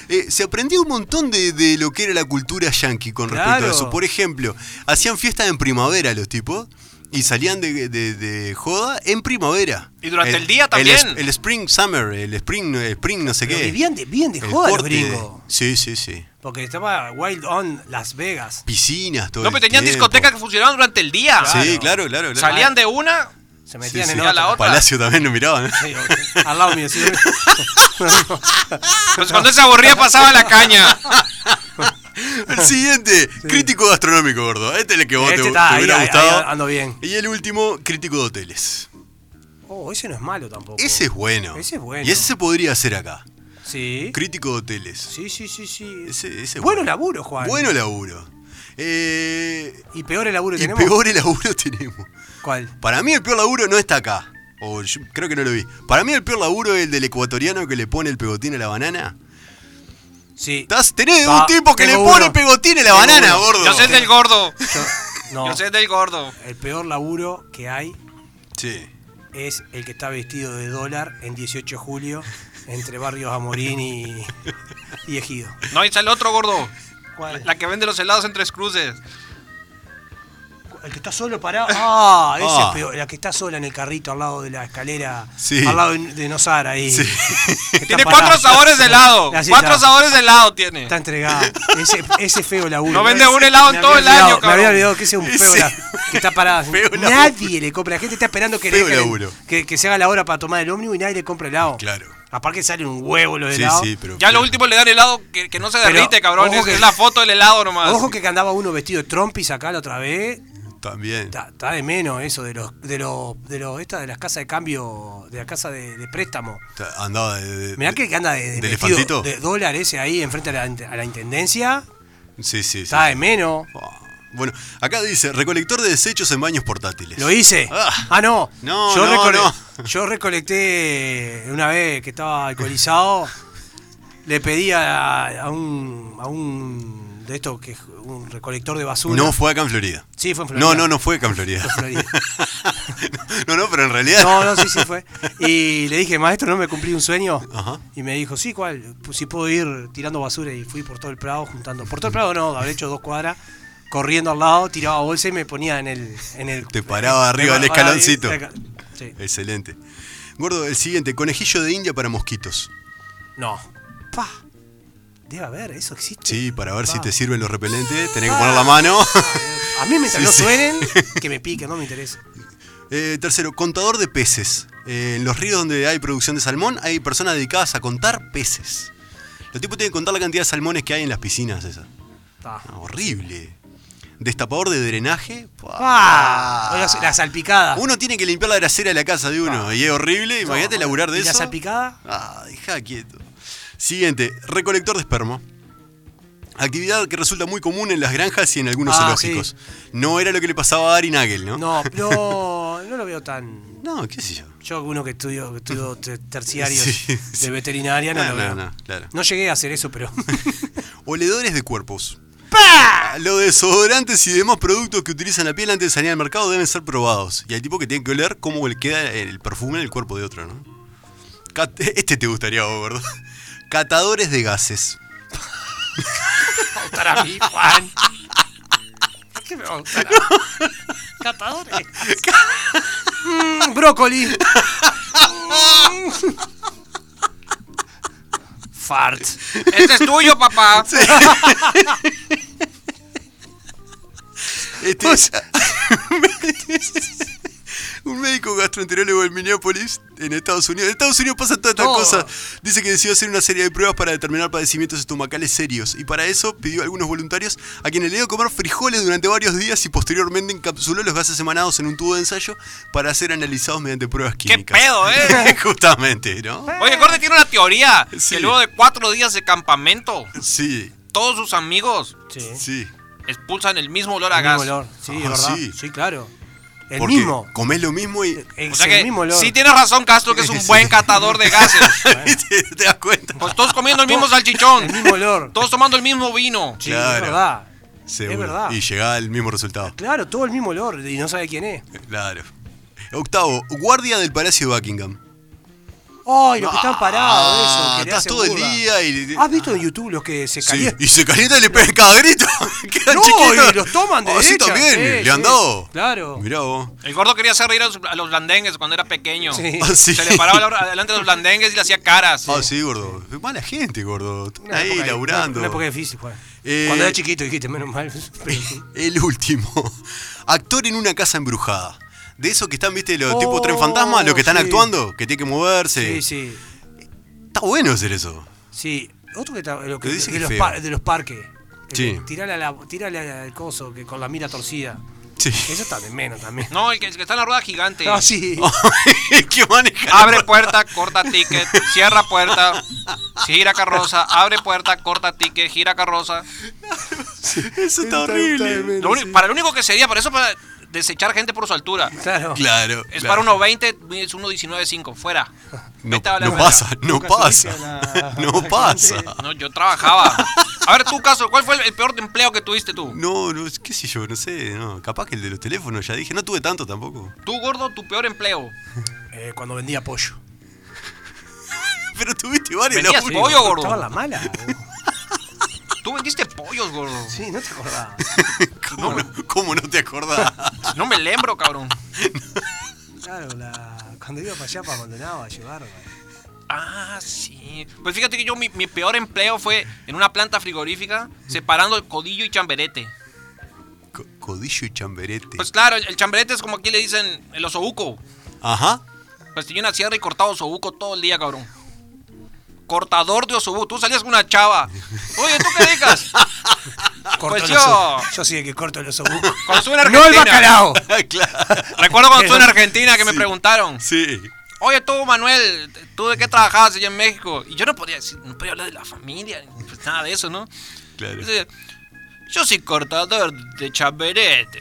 S3: Eh, se aprendió un montón de, de lo que era la cultura yankee con respecto a
S4: Claro.
S3: eso. Por ejemplo, hacían fiestas en primavera los tipos y salían de, de- de joda en primavera.
S7: Y durante el día también.
S3: es- El, spring summer, el spring, el spring no sé
S4: Pero
S3: qué.
S4: vivían de, vivían de
S3: El
S4: joda los
S3: corte de-
S4: gringos.
S3: Sí, sí, sí.
S4: Porque estaba Wild On Las Vegas.
S3: Piscinas, todo
S7: No,
S3: el
S7: pero tenían
S3: tiempo.
S7: discotecas que funcionaban durante el día.
S3: Sí, claro, claro. claro.
S4: Ah,
S7: Salían de una.
S4: Se
S3: Sí,
S4: metían
S3: sí.
S4: en
S7: a la
S4: otra.
S7: otra.
S3: Palacio también lo miraban. ¿eh?
S4: Sí, al lado mío. sí.
S7: Pues cuando se aburría pasaba la caña.
S3: El siguiente, crítico gastronómico, gordo. Este es el que vos
S4: Este
S3: te,
S4: está
S3: te
S4: ahí,
S3: hubiera
S4: ahí,
S3: gustado.
S4: ahí ando bien.
S3: Y el último, crítico de hoteles.
S4: Oh, ese no es malo tampoco.
S3: Ese es bueno.
S4: Ese es bueno.
S3: Y ese se podría hacer acá.
S4: Sí.
S3: Crítico de hoteles.
S4: Sí, sí, sí, sí.
S3: Ese, ese es
S4: bueno laburo, Juan.
S3: Bueno laburo. Eh,
S4: Y peor el laburo
S3: y
S4: que tenemos.
S3: peor el laburo tenemos.
S4: ¿Cuál?
S3: Para mí el peor laburo no está acá. O yo creo que no lo vi. Para mí el peor laburo es el del ecuatoriano que le pone el pegotín a la banana.
S4: Sí.
S3: ¿Estás? Tenés
S4: Ah,
S3: un tipo que le
S4: tengo
S3: pone
S4: uno.
S3: pegotín a la
S4: Tengo
S3: banana,
S4: uno.
S3: gordo.
S7: Yo sé del gordo.
S4: Yo- no.
S7: Yo sé del gordo.
S4: El peor laburo que hay
S3: Sí.
S4: es el que está vestido de dólar en 18 de julio entre barrios Amorín y, y Ejido.
S7: No, ahí está el otro gordo.
S4: ¿Cuál?
S7: La que vende los helados en tres cruces.
S4: El que está solo parado. Ah, ese
S3: Ah.
S4: es peor. La que está sola en el carrito al lado de la escalera.
S3: Sí.
S4: Al lado de, de Nosar ahí.
S3: Sí.
S4: Que está
S7: Tiene
S4: parada.
S7: cuatro sabores de helado.
S4: Así
S7: Cuatro
S4: está.
S7: sabores de helado tiene.
S4: Está entregado. Ese, ese feo laburo.
S7: No vende un helado en
S4: Me
S7: todo
S4: había
S7: el año,
S4: olvidado, Me había
S7: cabrón.
S4: olvidado que ese es un feo
S3: Ese-
S4: laburo. Que está parado.
S3: Feo laburo.
S4: nadie le compra. La gente está esperando que, le
S3: Feo
S4: dejen-
S3: laburo.
S4: que, que se haga la hora para tomar el ómnibus y nadie le compra helado.
S3: Claro.
S4: Aparte salen un huevo los
S3: Sí,
S4: helados.
S3: sí, pero.
S7: Ya lo último le dan helado que, que no se
S4: Pero,
S7: derrite, cabrón.
S4: ojo
S7: Es,
S4: que-
S7: es la foto del helado nomás.
S4: Ojo que andaba uno vestido de trompis acá la otra vez.
S3: También.
S4: Está, está de menos eso de los de los de los esta de las casas de cambio, de la casa de, de préstamo.
S3: Ta- Andaba de. de-
S4: Mirá que que anda de, de
S3: ¿De
S4: vestido
S3: elefantito?
S4: de dólar ese ahí enfrente a la, inte- a la intendencia.
S3: Sí, sí, sí.
S4: Está de menos.
S3: Ah, Bueno, acá dice, recolector de desechos en baños portátiles.
S4: Lo hice.
S3: Ah.
S4: Ah, no.
S3: No,
S4: yo,
S3: no, no.
S4: yo recolecté una vez que estaba alcoholizado. le pedí a, a un, a un de esto que es un recolector de basura.
S3: No fue acá en Florida.
S4: Sí, fue en Florida.
S3: No, no, no fue acá en Florida.
S4: Fue en
S3: no, no, pero en realidad.
S4: No, no, sí, sí fue. Y le dije, maestro, ¿no me cumplí un sueño?
S3: Ajá.
S4: Y me dijo, sí, ¿cuál? Pues Si puedo ir tirando basura y fui por todo el Prado juntando. Por todo el Prado no, habré hecho dos cuadras, corriendo al lado, tiraba bolsa y me ponía en el... En el
S3: Te paraba arriba del
S4: me paraba ahí,
S3: escaloncito.
S4: cerca. Sí.
S3: Excelente. Gordo, el siguiente, conejillo de India para mosquitos.
S4: No. Pa. Debe haber, eso existe.
S3: Sí, para ver si
S4: Pa.
S3: te sirven los repelentes, tenés que poner la mano.
S4: A mí mientras
S3: Sí,
S4: no
S3: sí.
S4: suenen, que me pica, no me interesa.
S3: Eh, tercero, contador de peces. Eh, en los ríos donde hay producción de salmón, hay personas dedicadas a contar peces. Los tipos tienen que contar la cantidad de salmones que hay en las piscinas esas.
S4: Pa.
S3: Ah, horrible. Destapador de drenaje. Pua.
S4: Ah.
S3: Ah.
S4: Pa. Oiga, La salpicada.
S3: Uno tiene que limpiar la grasera de la casa de uno. Y es horrible. Imagínate
S4: Ah. No,
S3: laburar de
S4: ¿Y
S3: eso.
S4: la salpicada?
S3: Ah, deja quieto. Siguiente, recolector de esperma. Actividad que resulta muy común en las granjas y en algunos
S4: Ah,
S3: zoológicos. No era lo que le pasaba a Ari Nagel, ¿no?
S4: No, no, no lo veo tan...
S3: No, qué sé yo.
S4: Yo, uno que estudio, que estudio te- terciarios
S3: Sí, sí.
S4: de veterinaria, no,
S3: No,
S4: lo
S3: no,
S4: veo.
S3: no, claro.
S4: No llegué a hacer eso, pero.
S3: Oledores de cuerpos. Ah, Los desodorantes y demás productos que utilizan la piel antes de salir al mercado deben ser probados. Y hay tipo que tiene que oler cómo le queda el perfume en el cuerpo de otro, ¿no? Cat- Este te gustaría, vos, ¿verdad? Catadores de gases.
S7: Para mí, Juan. ¿Qué me va a gustar? Catadores.
S4: Mm, ¡Brócoli! Fart.
S7: Este es tuyo, papá.
S3: Este un médico gastroenterólogo en Minneapolis, en Estados Unidos. En Estados Unidos pasan todas estas
S7: Oh.
S4: Todo.
S3: cosas. Dice que decidió hacer una serie de pruebas para determinar padecimientos estomacales serios. Y para eso pidió a algunos voluntarios a quienes le dio comer frijoles durante varios días y posteriormente encapsuló los gases emanados en un tubo de ensayo para ser analizados mediante pruebas
S7: ¿Qué
S3: químicas.
S7: pedo, eh?
S3: Justamente, ¿no?
S7: Oye, Gordy tiene una teoría.
S3: Sí.
S7: Que luego de cuatro días de campamento,
S3: Sí,
S7: todos sus amigos
S4: Sí.
S3: sí.
S7: expulsan el mismo olor a
S4: El
S7: gas.
S4: mismo olor. Sí, es
S3: Ah,
S4: verdad.
S3: sí.
S4: Sí, claro. El
S3: Porque
S4: mismo.
S3: Comés lo mismo y...
S4: Es
S7: O sea
S4: el
S7: que
S4: mismo olor.
S7: sí tienes razón, Castro, que es un
S3: Sí.
S7: buen catador de gases.
S3: ¿Viste? ¿Te das cuenta?
S7: Pues todos comiendo el mismo salchichón.
S4: El mismo olor.
S7: Todos tomando el mismo vino.
S4: Sí,
S3: Claro.
S4: es verdad.
S3: Seguro.
S4: verdad.
S3: Y llega al mismo resultado.
S4: Claro, todo el mismo olor y no sabe quién es.
S3: Claro. Octavo, guardia del Palacio de Buckingham.
S4: ¡Ay, los que están parados! Eso, que le
S3: estás
S4: hacen
S3: todo el
S4: burla.
S3: día y.
S4: ¿Has visto en YouTube los que se
S3: Sí,
S4: calientan?
S3: Y se calienta y le pegan cada grito. Quedan
S4: No,
S3: chiquitos.
S4: y los toman de
S3: Ah, sí,
S4: derecha,
S3: también.
S4: sí,
S3: le
S4: sí,
S3: han dado.
S4: claro.
S3: Mirá vos.
S7: El gordo quería hacer reír a los, a los blandengues cuando era pequeño.
S4: Sí.
S3: Ah, sí.
S7: Se le paraba la- delante de los blandengues y le hacía caras.
S3: Ah, sí, gordo. Mala gente, gordo. Están
S4: Una
S3: ahí
S4: época-
S3: laburando.
S4: Una época difícil, Juan.
S3: Eh,
S4: Cuando era chiquito dijiste, menos mal. pero sí.
S3: El último. Actor en una casa embrujada. De esos que están, viste, los
S4: Oh,
S3: tipo tren fantasma, los que están
S4: sí.
S3: actuando, que tienen que moverse.
S4: Sí, sí.
S3: Está bueno hacer eso.
S4: Sí. Otro que, ta- lo que-
S3: Te dice
S4: de,
S3: que
S4: los
S3: feo.
S4: par- de los parques. El
S3: Sí.
S4: que- Tirale, a la, tirale al coso que con la mira torcida.
S3: Sí.
S4: Eso está de menos también.
S7: No, el que, el que está en la rueda gigante.
S4: Ah, sí.
S3: que maneja. la
S7: Abre puerta, corta ticket, cierra puerta, gira carroza, abre puerta, corta ticket, gira carroza.
S3: Eso está horrible.
S7: Lo único- para lo único que sería, para eso para desechar gente por su altura.
S4: Claro.
S3: Claro.
S7: Es
S3: claro.
S7: para 1.20, es 1.19.5, fuera.
S3: No,
S7: Vete a la
S3: no
S7: verga.
S3: pasa, no
S4: Nunca subiste
S3: pasa.
S4: a la-
S3: No pasa.
S7: No, yo trabajaba. A ver, tú, caso, ¿cuál fue el, el peor empleo que tuviste tú?
S3: No, no, qué sé yo, no sé, no. Capaz que el de los teléfonos, ya dije, no tuve tanto tampoco.
S7: Tú, gordo, tu peor empleo.
S4: Eh, cuando vendía pollo.
S3: Pero tuviste varios
S7: Vendías
S3: laburos.
S7: pollo,
S4: Estaba
S7: gordo.
S4: la mala. vos.
S7: Tú vendiste pollos, gordo.
S4: Sí, no te acordás.
S3: ¿Cómo no, cómo no te acordás?
S7: No me lembro, cabrón.
S4: Claro, la... cuando iba para allá, para Maldonado a llevar.
S7: Ah, sí. Pues fíjate que yo, mi, mi peor empleo fue en una planta frigorífica, separando el codillo y chamberete.
S3: Co- Codillo y chamberete.
S7: Pues claro, el, el chamberete es como aquí le dicen el osobuco.
S3: Ajá.
S7: Pues tenía una sierra y cortaba osobuco todo el día, cabrón. Cortador de osobuco. Tú salías con una chava. Oye, ¿tú qué digas? Pues
S4: los
S7: yo-
S4: obu- Yo sí el que corto los obucos.
S7: Cuando estuve en
S4: No el
S7: Argentina.
S4: bacalao.
S3: claro.
S7: oh. Recuerdo cuando estuve en Argentina que me preguntaron.
S3: Sí.
S7: Oye, tú, Manuel, ¿tú de qué trabajabas allá en México? Y yo no podía decir, no podía hablar de la familia, ni, pues, nada de eso, ¿no?
S3: Claro.
S7: Entonces, yo soy cortador de chamberete.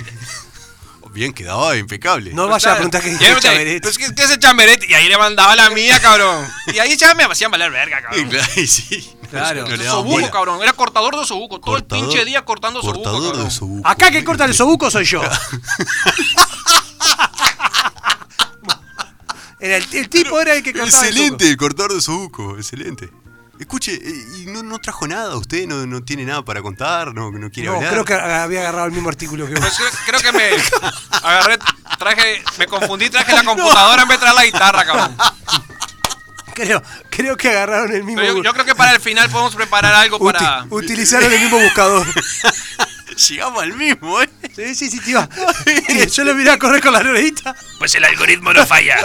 S3: Bien quedaba impecable.
S4: No vayas a preguntar qué
S7: Y
S4: es
S7: ahí me decía,
S4: Chaverete.
S7: Pues, ¿qué, qué es el chamberete? Y ahí le mandaba la mía, cabrón. Y ahí ya me hacían valer verga,
S3: Y
S7: cabrón.
S3: claro, y sí.
S4: Claro.
S3: No le daban
S7: Sobuco,
S3: bola.
S7: cabrón. Era cortador de sobuco. Todo
S3: Cortador-
S7: el pinche día cortando sobuco.
S3: Cortador
S7: cabrón.
S3: de sobuco.
S4: Acá que corta el sobuco soy yo. Era el, el tipo era el que cortaba el
S3: Excelente,
S4: sobuco.
S3: el cortador de sobuco, excelente. Escuche, eh, y no, no trajo nada, usted no, no tiene nada para contar, no, no quiere
S4: No,
S3: hablar.
S4: creo que había agarrado el mismo artículo que
S7: Pues
S4: vos.
S7: creo, creo que me agarré, traje, me confundí, traje la computadora en vez de traer la guitarra, cabrón.
S4: Creo, creo que agarraron el mismo.
S7: Pero yo,
S4: bu-
S7: yo creo que para el final podemos preparar algo
S4: uti-
S7: para.
S4: Utilizaron el mismo buscador.
S3: Llegamos al mismo, ¿eh?
S4: Sí, sí, sí, tío. Yo lo miré a correr con la orejita.
S7: Pues el algoritmo no falla.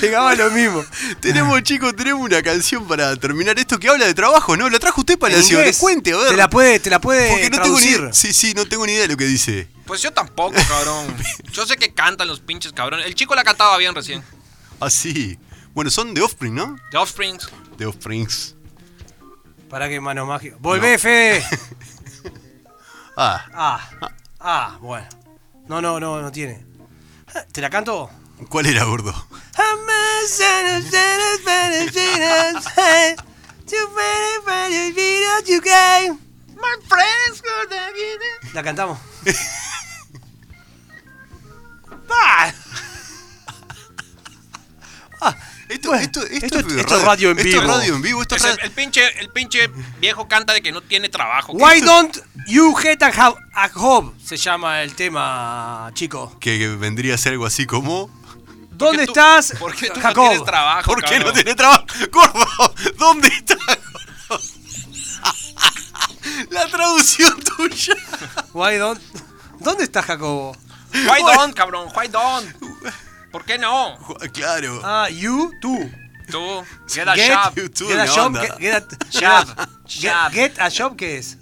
S4: Llegaba lo mismo. Ah.
S3: Tenemos, chicos, tenemos una canción para terminar esto que habla de trabajo, ¿no? Lo trajo usted para la
S4: En
S3: ciudad.
S4: inglés.
S3: Cuente, a ver.
S4: Te la puede, te la puede
S3: Porque no tengo ni
S4: traducir.
S3: idea. Sí, sí, no tengo ni idea de lo que dice.
S7: Pues yo tampoco, cabrón. Yo sé que cantan los pinches, cabrón. El chico la cantaba bien recién.
S3: Ah, sí. Bueno, son de Offspring, ¿no?
S7: The Offsprings.
S3: De Offsprings.
S4: Para que mano mágica. Volvé, Fede.
S3: Ah,
S4: Ah, ah, bueno. No, no, no, no tiene. Ah, ¿Te la canto?
S3: ¿cuál era, gordo?
S4: La cantamos. Ah,
S3: Esto, esto, esto,
S4: esto- esto es radio en
S3: Esto
S4: vivo.
S3: es radio en vivo. Esto es
S7: Es el,
S3: radio-
S7: el pinche, el pinche viejo canta de que no tiene trabajo.
S4: Why don't you hate a, ho- a job? Se llama el tema, chico.
S3: que, que vendría a ser algo así como...
S4: ¿Dónde
S7: tú-
S4: estás,
S7: ¿Por qué tú no tienes
S4: Jacob?
S7: trabajo?
S3: ¿Por qué no
S7: cabrón?
S3: tiene trabajo? Gordo, ¿dónde está? gordo? La traducción tuya.
S4: Why don't... ¿Dónde estás, Jacobo?
S7: Why don't, cabrón? Why don't? ¿Por qué no?
S3: Claro.
S4: Ah, you, tú.
S7: Tú, get a
S4: Get,
S7: job.
S3: you too,
S4: get a
S3: ¿qué
S4: job,
S3: onda?
S4: get, get a-
S7: Job,
S4: get-
S7: job.
S4: get a job, ¿qué es?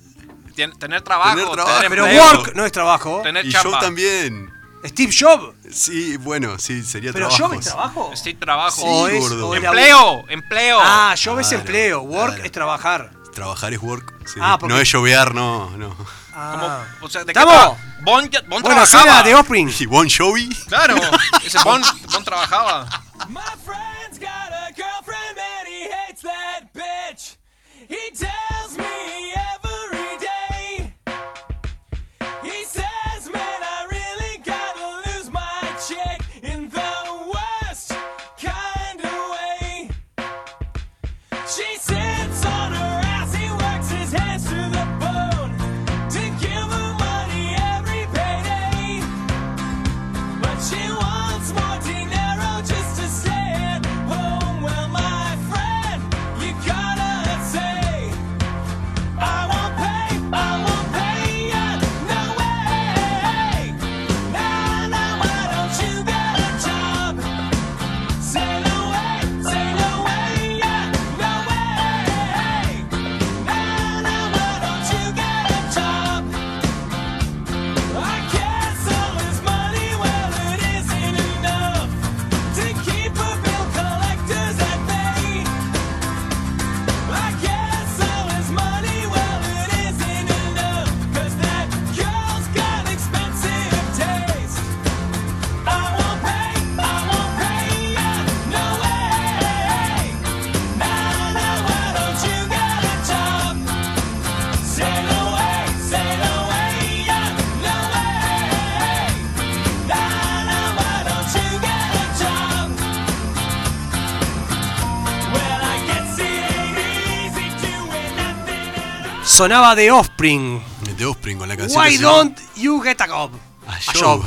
S7: Tien- Tener trabajo.
S3: Tener trabajo,
S7: tener
S4: Pero
S7: empleo,
S4: work no es trabajo.
S7: Tener
S3: Y
S7: chamba.
S3: yo también.
S4: Steve Jobs.
S3: Sí, bueno, sí, sería
S4: Pero
S3: trabajo.
S4: Job es trabajo.
S7: Sí, trabajo.
S3: Sí,
S4: o es,
S3: gordo.
S4: o es laburo.
S7: Empleo, empleo.
S4: Ah, job es
S3: Claro,
S4: empleo. Work
S3: claro.
S4: es trabajar.
S3: Trabajar es work. sí.
S4: Ah, porque-
S3: No es llovear, no, no.
S4: Ah.
S7: Como, o sea, ¿de qué
S4: ¡Estamos!
S7: tra- Bon, ya- bon
S4: Bueno,
S7: trabajaba.
S4: cena de Offspring.
S3: Y Bon Jovi.
S7: Claro, ese Bon, bon trabajaba.
S8: My friend's got a girlfriend and he hates that bitch. He tells me every day. He says, man, I really gotta lose my chick in the worst kind of way. She sits on her ass, he works his hands to the bone to give her money every payday. But she wants more dinero just to stay at home. Well, my friend, you gotta say, I won't pay, I won't pay you. No way. Now, now, why don't you get a job? Say no way, say no way, yeah, no way. Now, now, why don't you get a job? I can't sell his money well it isn't enough to keep a bill collectors at bay. I can't sell his money well it isn't enough 'cause that girl's got expensive taste. I won't pay, I won't pay ya, no way. Now, now, why don't you get a job? Sail away, sail away, yeah, no way. Nah, nah, why don't you get a job? Well, I guess it ain't easy doing nothing at all.
S4: Sonaba de Offspring.
S3: De Offspring con la canción.
S4: Why
S3: que se llama-
S4: don't you get a job?
S3: A
S4: job.
S3: job.
S4: A job.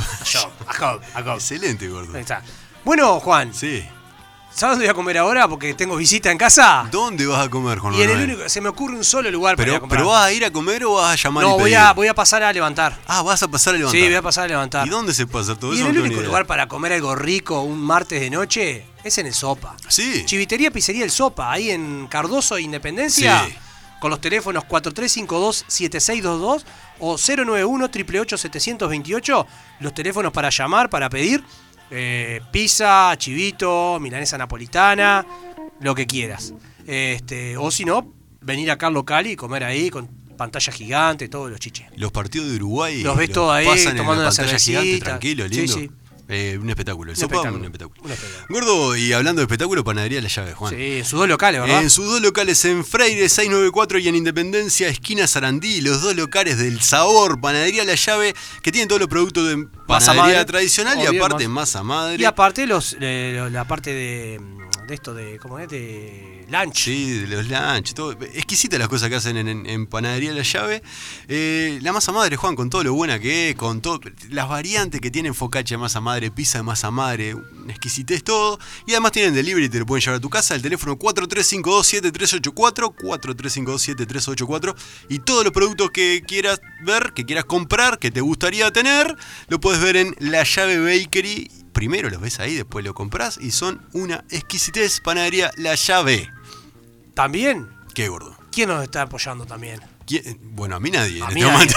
S4: A job. A job.
S3: Excelente, gordo.
S4: Ahí está. Bueno, Juan,
S3: Sí.
S4: ¿sabes dónde voy a comer ahora? Porque tengo visita en casa.
S3: ¿Dónde vas a comer, Juan
S4: Y en el
S3: Manuel?
S4: único, se me ocurre un solo lugar para ir
S3: Pero,
S4: a comprar.
S3: ¿Pero vas a ir a comer o vas a llamar
S4: no,
S3: y
S4: voy
S3: pedir?
S4: a, voy a pasar a levantar.
S3: Ah, vas a pasar a levantar.
S4: Sí, voy a pasar a levantar.
S3: ¿Y dónde se pasa todo
S4: Y
S3: eso?
S4: en
S3: No
S4: el
S3: tengo ni
S4: único
S3: idea.
S4: lugar para comer algo rico un martes de noche es en el Sopa.
S3: Sí.
S4: Chivitería Pizzería El Sopa, ahí en Cardoso e Independencia,
S3: Sí.
S4: con los teléfonos 4352-7622 o 091-888-728, los teléfonos para llamar, para pedir eh, pizza, chivito, milanesa napolitana, lo que quieras. Este, o si no, venir acá al local y comer ahí con pantalla gigante, todos los chiches.
S3: Los partidos de Uruguay.
S4: Los ves todos ahí
S3: pasan en
S4: tomando
S3: la
S4: una
S3: pantalla
S4: cervecita.
S3: gigante, tranquilo, lindo.
S4: Sí, sí.
S3: Eh, un espectáculo. El
S4: Un
S3: Sopa,
S4: espectáculo.
S3: un espectáculo.
S4: Un espectáculo.
S3: Gordo, y hablando de espectáculo, panadería La Llave, Juan. Eh,
S4: Sí, en sus dos locales, ¿verdad?
S3: En sus dos locales en Freire 694 y en Independencia, esquina Sarandí, los dos locales del sabor, Panadería La Llave, que tienen todos los productos de
S4: Masa
S3: panadería
S4: madre.
S3: tradicional y
S4: Obvio,
S3: aparte masa madre.
S4: Y aparte los, eh, lo- la parte de, mm, de esto de, ¿cómo es? De lunch.
S3: Sí, de los lunch, todo. Exquisitas las cosas que hacen en, en- en Panadería La Llave. Eh, la masa madre, Juan, con todo lo buena que es, con todo, las variantes que tienen focacha de masa madre, pizza de masa madre, una exquisitez todo. Y además tienen delivery, te lo pueden llevar a tu casa. El teléfono 43527384, 43527384. Y todos los productos que quieras ver, que quieras comprar, que te gustaría tener, lo puedes ver en La Llave Bakery. Primero los ves ahí, después lo compras y son una exquisitez. Panadería La Llave.
S4: También,
S3: Qué gordo.
S4: ¿quién nos está apoyando también?
S3: ¿Quién? Bueno, a mí nadie.
S4: A
S3: en
S4: mí
S3: este
S4: nadie.
S3: momento.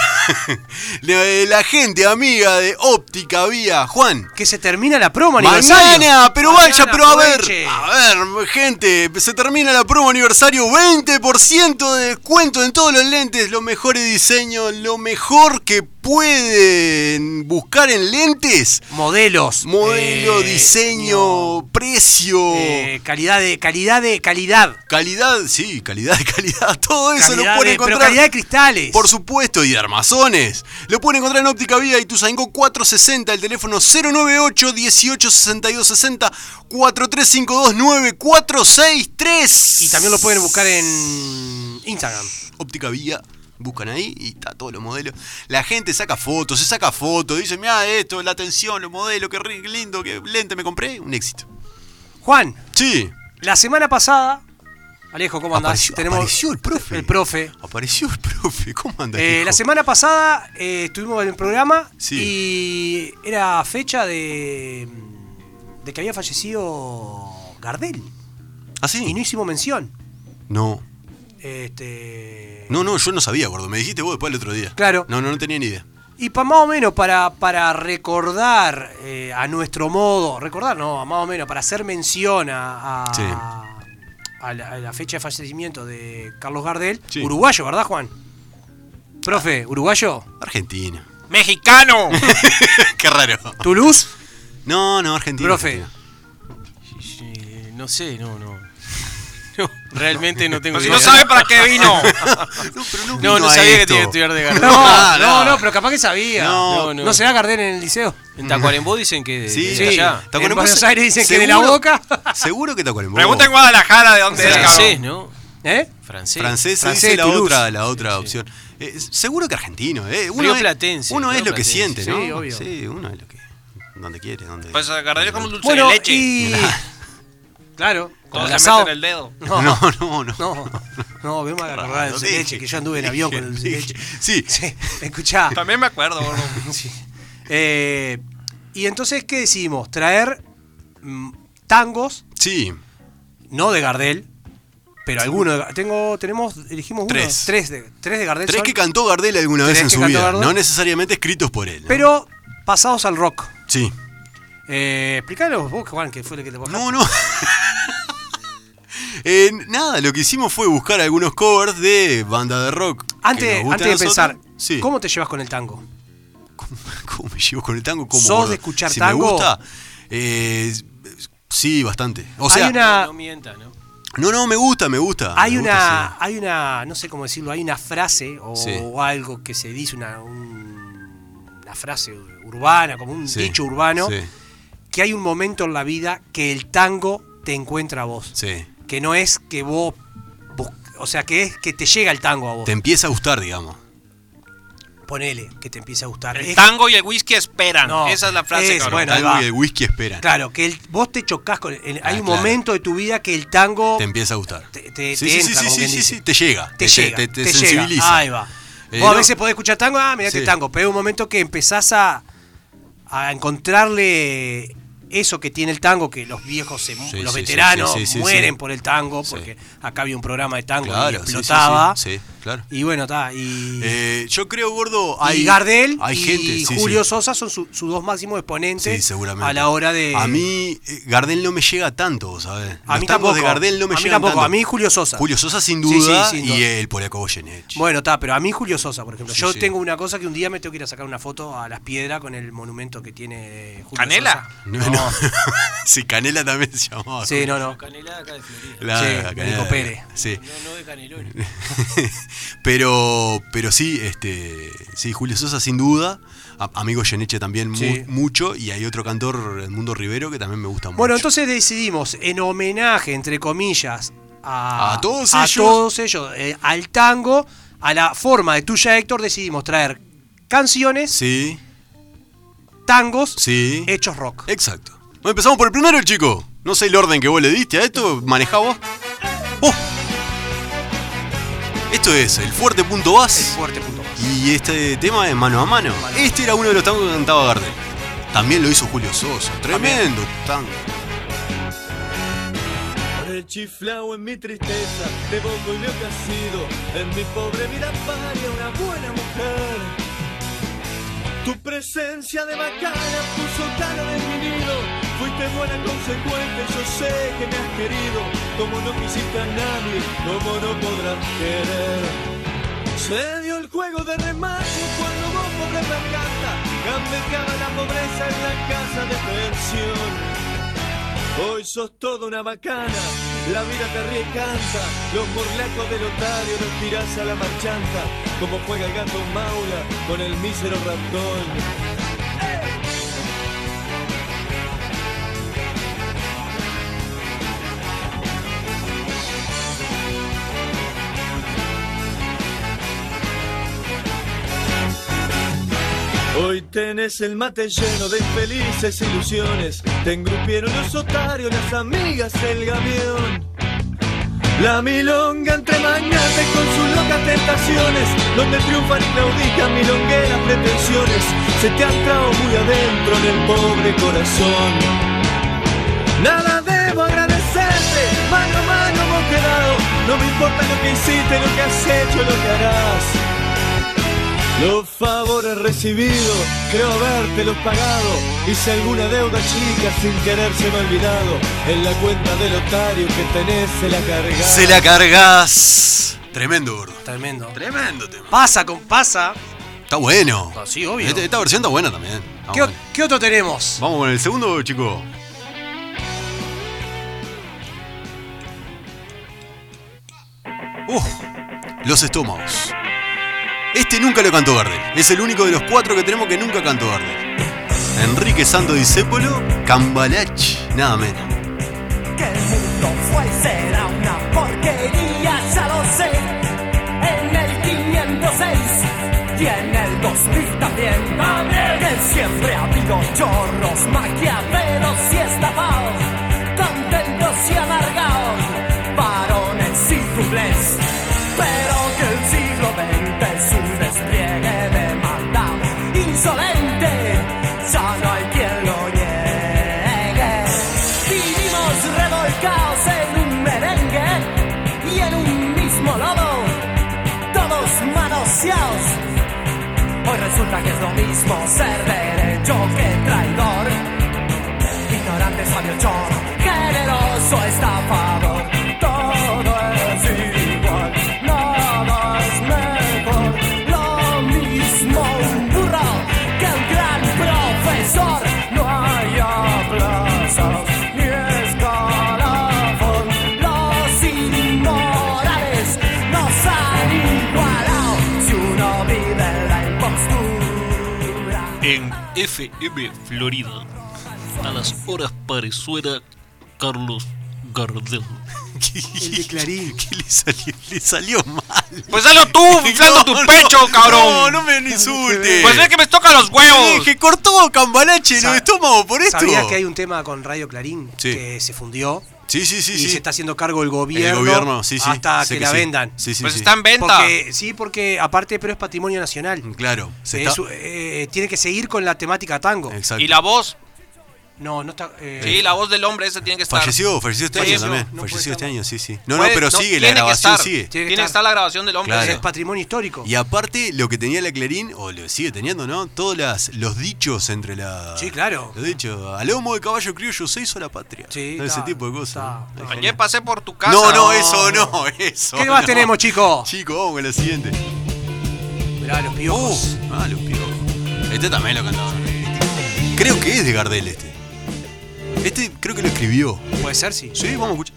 S3: La, eh, la gente amiga de Óptica Vía, Juan.
S4: Que se termina la promo aniversario.
S3: Mañana, pero
S4: Mañana,
S3: vaya, pero a ver.
S4: aproveche.
S3: A ver, gente, se termina la promo aniversario. 20% de descuento en todos los lentes. Los mejores diseños, lo mejor que pueden buscar en lentes.
S4: Modelos.
S3: Modelo,
S4: eh,
S3: diseño, precio.
S4: eh, calidad de, calidad de, calidad.
S3: Calidad, sí, calidad, calidad. Todo eso
S4: calidad
S3: lo pueden
S4: de- pero
S3: encontrar.
S4: calidad de cristales.
S3: Por supuesto, y de armazones. Lo pueden encontrar en Óptica Vía y Tuzango 460, el teléfono 098 18 62 60 4352 9463.
S4: Y también lo pueden buscar en Instagram.
S3: Óptica Vía. Buscan ahí y está todos los modelos. La gente saca fotos, se saca fotos, dice, mira esto, la atención, los modelos, qué ri- lindo, qué lente me compré. Un éxito.
S4: Juan,
S3: Sí.
S4: la semana pasada. Alejo, ¿cómo andás?
S3: Apareció, apareció el profe.
S4: El profe.
S3: Apareció el profe. ¿Cómo anda? este
S4: Eh,
S3: hijo?
S4: la semana pasada eh, estuvimos en el programa y era fecha de, mm, de que había fallecido Gardel.
S3: ¿Ah,
S4: Y no
S3: sí?
S4: hicimos mención.
S3: No.
S4: Este,
S3: No, no, yo no sabía, gordo. Me dijiste vos después el otro día.
S4: Claro.
S3: No, no, no tenía ni idea.
S4: Y pa- más o menos para, para recordar eh, a nuestro modo, recordar, no, más o menos, para hacer mención a, a-
S3: Sí.
S4: a la, a la fecha de fallecimiento de Carlos Gardel,
S3: Sí.
S4: uruguayo, ¿verdad, Juan? Profe, uruguayo,
S3: Argentina.
S7: ¡Mexicano!
S3: Qué raro.
S4: Toulouse,
S3: No, no, Argentina.
S4: Profe.
S3: Argentina.
S9: Eh, No sé, no, no. No, realmente no tengo
S7: Pero si
S9: idea.
S7: no sabe para qué vino.
S3: No, pero no,
S9: No,
S3: vino
S9: no
S3: a
S9: sabía que
S3: esto.
S9: tenía que estudiar de
S4: No,
S9: Gardel.
S3: Ah,
S4: no,
S3: no.
S4: no, pero capaz que sabía.
S3: No,
S4: No, Mm.
S9: no.
S4: será Gardel en el liceo.
S9: En Tacuarembó dicen que de,
S3: Sí,
S9: de
S3: sí.
S9: allá.
S4: En
S3: Tacuarembó
S4: Buenos
S3: se-
S4: Aires dicen que de la
S3: seguro-
S4: boca.
S3: Seguro que Tacuarembó.
S7: Pregunta en Guadalajara de dónde es,
S9: Francés,
S7: cabrón.
S9: ¿no?
S4: ¿Eh?
S9: Francés.
S3: Francés, se
S4: Francés,
S3: dice la
S4: Toulouse.
S3: otra, la otra opción. Eh, seguro que argentino, ¿eh? Uno
S9: Río
S3: es,
S9: Platense,
S3: uno
S9: Río
S3: es lo que
S9: Platense,
S3: siente,
S4: sí,
S3: ¿no?
S4: obvio.
S3: Sí, uno es lo que. Donde quiere, donde.
S7: Pues Gardel es como un dulce
S4: Bueno,
S7: de leche.
S4: y. Claro, como
S7: Todos
S4: el
S7: se
S4: asado.
S7: meten el dedo.
S3: No, no, no. no.
S4: No, no, me voy a acordar
S3: Lo
S4: del dulce de
S3: dije,
S4: leche, que yo anduve en avión con el dulce de
S3: dije.
S4: leche.
S3: Sí.
S4: Sí, escuchá.
S7: También me acuerdo, gordo.
S4: Sí. Eh, y entonces, ¿qué decidimos? Traer mm, tangos,
S3: Sí.
S4: no de Gardel, pero algunos. de Ga- Tengo, tenemos, elegimos uno.
S3: Tres.
S4: Tres de, tres de Gardel.
S3: Tres
S4: son,
S3: que cantó Gardel alguna
S4: Tres
S3: vez en
S4: que
S3: su
S4: cantó
S3: vida.
S4: Gardel.
S3: No necesariamente escritos por él. ¿no?
S4: pero pasados al rock.
S3: Sí.
S4: Eh, explícanos vos, Juan, que fue lo que te bajaste.
S3: No, no. Eh, nada, lo que hicimos fue buscar algunos covers de banda de rock. que nos
S4: Antes,
S3: gusten
S4: antes de
S3: a nosotros.
S4: pensar,
S3: Sí.
S4: ¿cómo te llevas con el tango?
S3: ¿Cómo me llevo con el tango? ¿Cómo,
S4: ¿Sos
S3: gordo?
S4: de escuchar
S3: si
S4: tango?
S3: me gusta? eh, sí, bastante. O
S4: Hay
S3: sea,
S4: una-
S9: No mienta, ¿no?
S3: no, no, me gusta, me gusta.
S4: Hay
S3: me
S4: una,
S3: gusta, sí.
S4: hay una, no sé cómo decirlo, hay una frase o,
S3: Sí.
S4: o algo que se dice, una, un- una frase urbana, como un
S3: Sí,
S4: dicho urbano,
S3: Sí,
S4: que hay un momento en la vida que el tango te encuentra a vos.
S3: sí.
S4: Que no es que vos, bus- o sea, que es que te llega el tango a vos.
S3: Te empieza a gustar, digamos.
S4: Ponele que te empieza a gustar.
S7: El
S4: Es-
S7: tango y el whisky esperan.
S4: No,
S7: Esa es la frase,
S4: es,
S7: cabrón.
S4: bueno, ahí
S3: tango
S4: va.
S3: y el whisky esperan.
S4: Claro, que el- vos te chocás con... el- el- hay
S3: Ah,
S4: un
S3: claro.
S4: momento de tu vida que el tango...
S3: Te empieza a gustar.
S4: Te- te-
S3: sí,
S4: te
S3: sí,
S4: entra,
S3: sí,
S4: como
S3: sí,
S4: quien
S3: sí,
S4: dice.
S3: sí, te llega.
S4: te llega,
S3: Te,
S4: te,
S3: te
S4: llega.
S3: sensibiliza.
S4: Ahí va.
S3: Eh,
S4: Vos a
S3: no.
S4: veces podés escuchar tango, ah, mirá este
S3: Sí.
S4: tango, pero hay un momento que empezás a, a encontrarle eso que tiene el tango, que los viejos, se mu-
S3: Sí,
S4: los
S3: sí, sí,
S4: veteranos
S3: sí, sí, sí,
S4: mueren
S3: sí.
S4: por el tango,
S3: Sí.
S4: porque acá había un programa de tango y
S3: Claro, sí, sí, sí,
S4: explotaba.
S3: sí, claro.
S4: Y bueno, está. Y,
S3: Eh, yo creo, gordo,
S4: y
S3: hay.
S4: Gardel
S3: hay
S4: y
S3: gente, sí, sí.
S4: Julio Sosa son su- sus dos máximos exponentes
S3: Sí, seguramente.
S4: a la hora de.
S3: A mí, eh, Gardel no me llega tanto, vos ¿sabes?
S4: A
S3: Los tangos
S4: mí tampoco.
S3: de Gardel no me
S4: a mí
S3: llegan
S4: tampoco.
S3: tanto.
S4: A mí Julio Sosa.
S3: Julio Sosa, sin
S4: Sí, sí,
S3: duda,
S4: sin
S3: y
S4: duda.
S3: el polaco Goyeneche.
S4: Bueno, está, pero a mí Julio Sosa, por ejemplo.
S3: Sí,
S4: Yo
S3: sí.
S4: tengo una cosa que un día me tengo que ir a sacar una foto a las piedras con el monumento que tiene Julio
S7: ¿Canela?
S4: Sosa.
S3: No, no. sí, Canela también se llamaba.
S4: Sí, no, no.
S10: Canelada acá de Florida.
S3: La-
S4: sí,
S3: la Canela.
S4: Nico Pérez.
S3: Sí.
S10: No, no de Canelones.
S3: pero, pero sí, este, sí, Julio Sosa sin duda. A- Amigo Goyeneche también mu-
S4: Sí.
S3: mucho. Y hay otro cantor, Edmundo Rivero, que también me gusta mucho.
S4: Bueno, entonces decidimos, en homenaje, entre comillas, a,
S3: A todos
S4: a
S3: ellos.
S4: todos ellos, eh, al tango, a la forma de tuya, Héctor, decidimos traer canciones,
S3: Sí,
S4: tangos,
S3: sí. Eh.
S4: hechos rock.
S3: Exacto. Bueno, empezamos por el primero, chico. No sé el orden que vos le diste a esto, manejá vos. ¡Oh! Esto es el fuerte punto bas
S4: Fuerte punto.
S3: y este tema es mano a mano. Este era uno de los tangos que cantaba Gardel. También lo hizo Julio Sosa. Tremendo tango.
S9: Rechiflao en mi tristeza, de poco y lo que ha sido. En mi pobre vida paria una buena mujer. Tu presencia de bacana puso cara de mi nido. Fuiste buena consecuente, yo sé que me has querido. Como no quisiste a nadie, como no podrás querer. Se dio el juego de remate cuando vos pobre percata Gambecaba la pobreza en la casa de pensión Hoy sos toda una bacana, la vida te ríe y canta, los morlacos del otario los tirás a la marchanta, como juega el gato maula con el mísero ratón. Hoy tenés el mate lleno de infelices ilusiones. Te engrupieron los otarios, las amigas, el gamión. La milonga entre magnates con sus locas tentaciones, donde triunfan y claudican milongueras pretensiones. Se te han trao muy adentro en el pobre corazón. Nada debo agradecerte, mano a mano hemos quedado. No me importa lo que hiciste, lo que has hecho, lo que harás. Los favores recibidos, creo habértelos pagado. Hice alguna deuda chica sin querer se me ha olvidado. En la cuenta del otario que tenés se la cargás.
S3: Se la cargas. Tremendo, gordo.
S4: Tremendo.
S3: Tremendo tema.
S4: Pasa, con pasa.
S3: Está bueno.
S4: Ah, sí, obvio.
S3: Este- Esta versión está buena también. Está
S4: ¿Qué, o-
S3: buena.
S4: qué otro tenemos?
S3: Vamos con el segundo, chico. Uh, los estómagos. Este nunca lo cantó Gardel. Es el único de los cuatro que tenemos que nunca cantó Gardel. Enrique Santo Discépolo, Cambalach, nada menos.
S8: que el mundo fue y será una porquería, ya lo sé. En el 506 y en el 2000 también. Que siempre ha habido chorros, maquiaveros y estafados, contentos y amargados, varones y dobles. Pero que el siglo XX es un despliegue de maldad insolente, ya no hay quien lo niegue. Vivimos revolcados en un merengue y en un mismo lodo, todos manoseados. Hoy resulta que es lo mismo ser derecho que traidor, ignorante, sabio, chor, generoso, estafador. Todo es igual, nada es mejor, lo mismo un burro que un gran profesor. No hay aplazos ni escalafón. Los inmorales nos han igualado si uno vive en la impostura.
S11: En FM Florida, a las horas parezuela, Carlos Gardel.
S4: El de Clarín.
S3: ¿Qué le salió? Le salió mal.
S7: Pues hazlo tú, inflando tu
S3: No,
S7: pecho,
S3: no,
S7: cabrón.
S3: No, no me insultes.
S7: Pues es que me toca los
S3: Te
S7: huevos.
S3: dije, cortó Cambalache los
S4: Sa-
S3: estómagos por esto.
S4: Sabías que hay un tema con Radio Clarín
S3: Sí.
S4: que se fundió
S3: Sí, sí, sí.
S4: y
S3: sí.
S4: se está haciendo cargo el
S3: el
S4: gobierno,
S3: gobierno, sí, sí.
S4: hasta
S3: sé
S4: que, la
S3: sí.
S4: vendan.
S3: Sí, sí,
S7: Pues
S3: sí.
S7: está en venta.
S4: Porque, sí, porque aparte, pero es patrimonio nacional.
S3: Claro. se
S4: Eh,
S3: está-
S4: eso, eh, tiene que seguir con la temática tango.
S3: Exacto.
S7: Y la voz.
S4: No, no está. eh,
S7: Sí, la voz del hombre ese tiene que estar.
S3: Falleció, falleció este
S7: Sí,
S3: año
S7: no,
S3: también.
S4: no
S3: falleció
S4: puede
S3: este
S4: estar
S3: año, sí, sí. No, no,
S7: Puede-
S3: pero sigue, la
S7: tiene que
S3: grabación
S7: estar.
S3: sigue.
S7: Tiene que estar la grabación del hombre.
S3: Claro.
S7: ese.
S4: Es patrimonio histórico.
S3: Y aparte, lo que tenía la Clarín, o lo sigue teniendo, ¿no? Todos las- los dichos entre la.
S4: Sí, claro.
S3: Los dichos. Al lomo de caballo criollo se hizo la patria.
S4: Sí,
S3: No, ese
S4: está,
S3: tipo de cosas.
S4: está,
S3: ¿no?
S7: Ayer pasé por tu casa.
S3: No, no, eso no, eso.
S4: ¿Qué más
S3: no.
S4: tenemos, chicos?
S3: Chico, vamos con la siguiente.
S4: Mirá, los piojos.
S3: Uh, ah, los piojos. Este también lo cantaba. Creo que es de Gardel este. Este creo que lo escribió.
S4: Puede ser, sí.
S3: Sí, vamos a escuchar.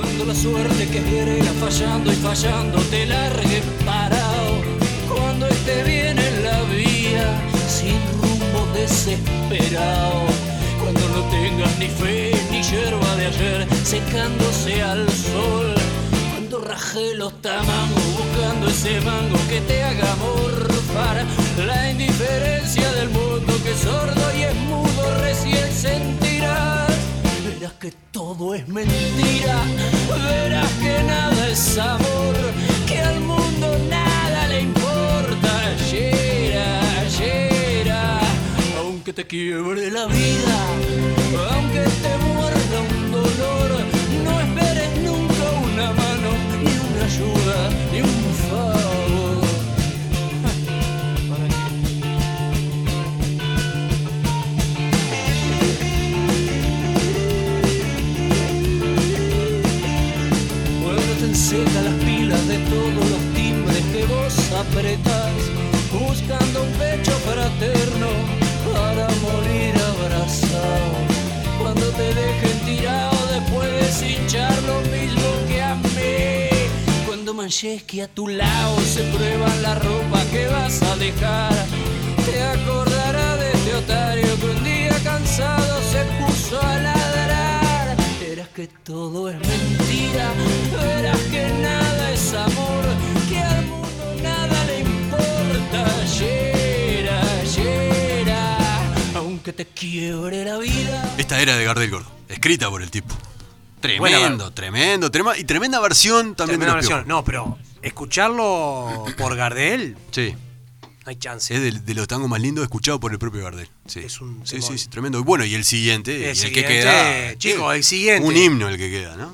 S12: Cuando la suerte que viene fallando y fallando te largue parado. Cuando esté bien en la vía, sin rumbo desesperado. Cuando no tengas ni fe ni hierba de ayer, secándose al sol. Cuando raje los tamangos buscando ese mango que te haga morfar. La indiferencia del mundo que es sordo y es mudo recién sentirás. Verás que todo es mentira, verás que nada es amor, que al mundo nada le importa. Llera, llera, aunque te quiebre la vida, aunque te muerda un dolor, no esperes nunca una mano, ni una ayuda, ni un favor. ¿Para qué? Cuando te enseca las pilas de todos los timbres que vos apretás, buscando un pecho fraterno para morir abrazado. Cuando te dejen tirado después de cinchar lo mismo que a mí. Cuando Manchesqui a tu lado se prueban la ropa que vas a dejar, te acordará de este otario que un día cansado se puso a ladrar. Verás que todo es mentira, verás que nada es amor, que al mundo nada le importa. Llera, llera, aunque te quiebre la vida.
S3: Esta era de Gardel Gordo, escrita por el tipo. Tremendo, tremendo, tremendo. Y tremenda versión también
S4: Tremenda
S3: de los
S4: versión. No, pero escucharlo por Gardel,
S3: Piojos. Sí.
S4: no hay chance.
S3: Es de, de los tangos más lindos escuchados por el propio Gardel. Sí.
S4: Es un
S3: sí,
S4: temón.
S3: sí, sí, tremendo. Y Bueno, y el siguiente, y el, que
S4: siguiente,
S3: queda.
S4: chico, este.
S3: eh,
S4: el siguiente.
S3: Un himno el que queda, ¿no?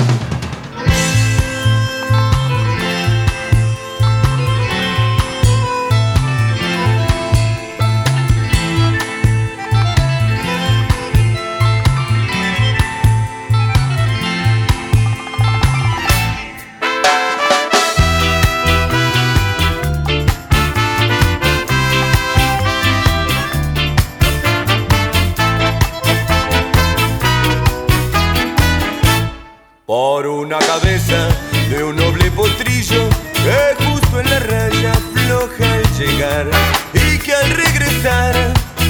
S2: Por una cabeza de un noble potrillo que justo en la raya floja al llegar y que al regresar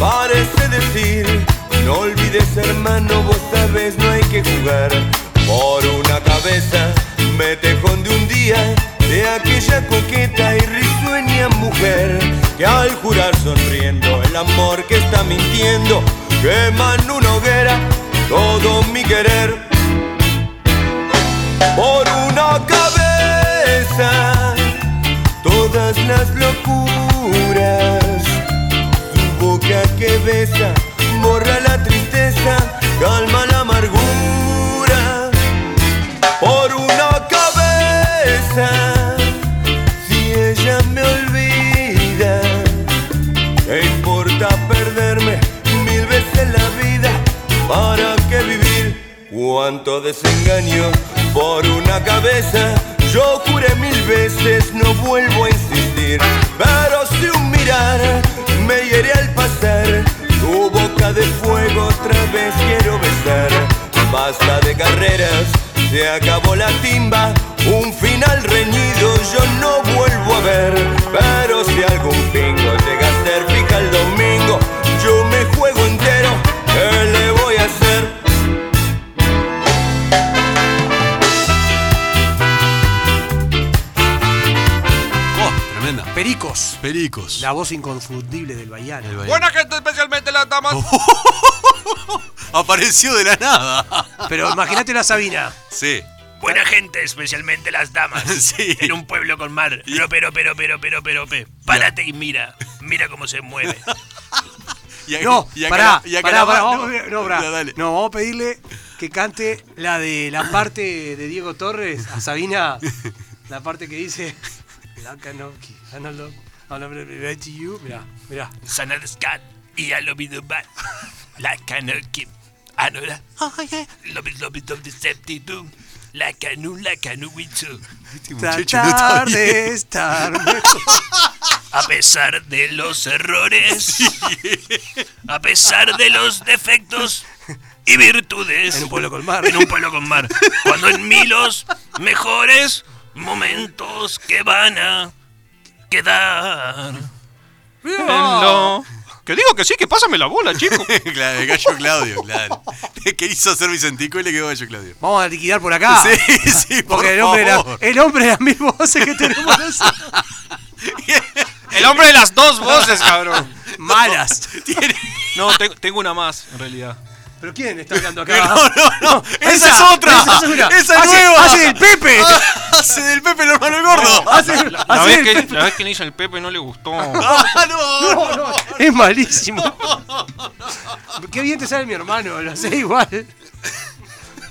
S2: parece decir no olvides hermano vos sabes no hay que jugar por una cabeza metejón de un día de aquella coqueta y risueña mujer que al jurar sonriendo el amor que está mintiendo quema en una hoguera todo mi querer por una cabeza todas las locuras. Tu boca que besa borra la tristeza, calma la amargura. Por una cabeza, si ella me olvida, ¿qué importa perderme mil veces la vida? ¿Para qué vivir? Cuánto desengaño por una cabeza. Yo juré mil veces, no vuelvo a insistir. Pero si un mirar me hiere al pasar, tu boca de fuego otra vez quiero besar. Basta de carreras, se acabó la timba. Un final reñido yo no vuelvo a ver. Pero si algún pingo llega a ser pica el domingo, yo me juego entero. ¿Qué le voy a hacer?
S3: Oh, tremenda.
S4: Pericos,
S3: Pericos.
S4: la voz inconfundible del baiano.
S3: El baile.
S7: Buena gente, especialmente las damas.
S3: Oh. Apareció de la nada.
S4: Pero imagínate la Sabina.
S3: sí.
S9: Buena gente, especialmente las damas.
S3: Sí.
S9: En un pueblo con mar. Pero, pero, pero, pero, pero, pero, pe. Párate y mira. Mira cómo se mueve.
S3: Y a-
S4: no,
S3: y a Cala-
S4: pará,
S3: y a
S4: pará, pará,
S3: Calamardo.
S4: vamos, no, pará.
S3: Ya, dale.
S4: No, vamos a pedirle que cante la de la parte de Diego Torres a Sabina, la parte que dice Blanca no, I no love, I love it to you. Mirá, mirá.
S11: Sana the scat, y a lo mismo más. Like a no keep. Anora. Oh, yeah. Lobby, lobby, lobby, deceptitud. La canu, la canu, we too.
S3: Este
S4: Tratar de estar mejor.
S11: A pesar de los errores, a pesar de los defectos y virtudes. En un pueblo
S4: con mar.
S11: En un pueblo con mar. Cuando en mí los mejores momentos que van a quedar.
S7: No. Que digo que sí, que pásame la bola, chico.
S3: claro, el gallo Claudio, claro. ¿Qué hizo hacer Vicentico y le quedó gallo Claudio?
S4: Vamos a liquidar por acá.
S3: Sí, sí, por
S4: Ah. Porque el hombre, era,
S3: favor.
S4: el hombre era mismo voces que tenemos nosotros.
S7: El hombre de las dos voces, cabrón.
S4: Malas.
S7: No, te- tengo una más, en realidad.
S4: ¿Pero quién está hablando acá?
S3: no, no. Esa, es otra.
S4: Esa es, una.
S3: Esa es
S4: Hace-
S3: nueva. Ah,
S4: Hace el Pepe.
S3: Hace del Pepe el hermano el gordo.
S4: Hace,
S7: La
S4: hace
S7: vez,
S4: el
S7: que,
S4: Pepe.
S7: la vez que le hizo el Pepe no le gustó.
S3: Ah, no.
S4: No, no, es malísimo. Qué bien te sale mi hermano, lo sé igual.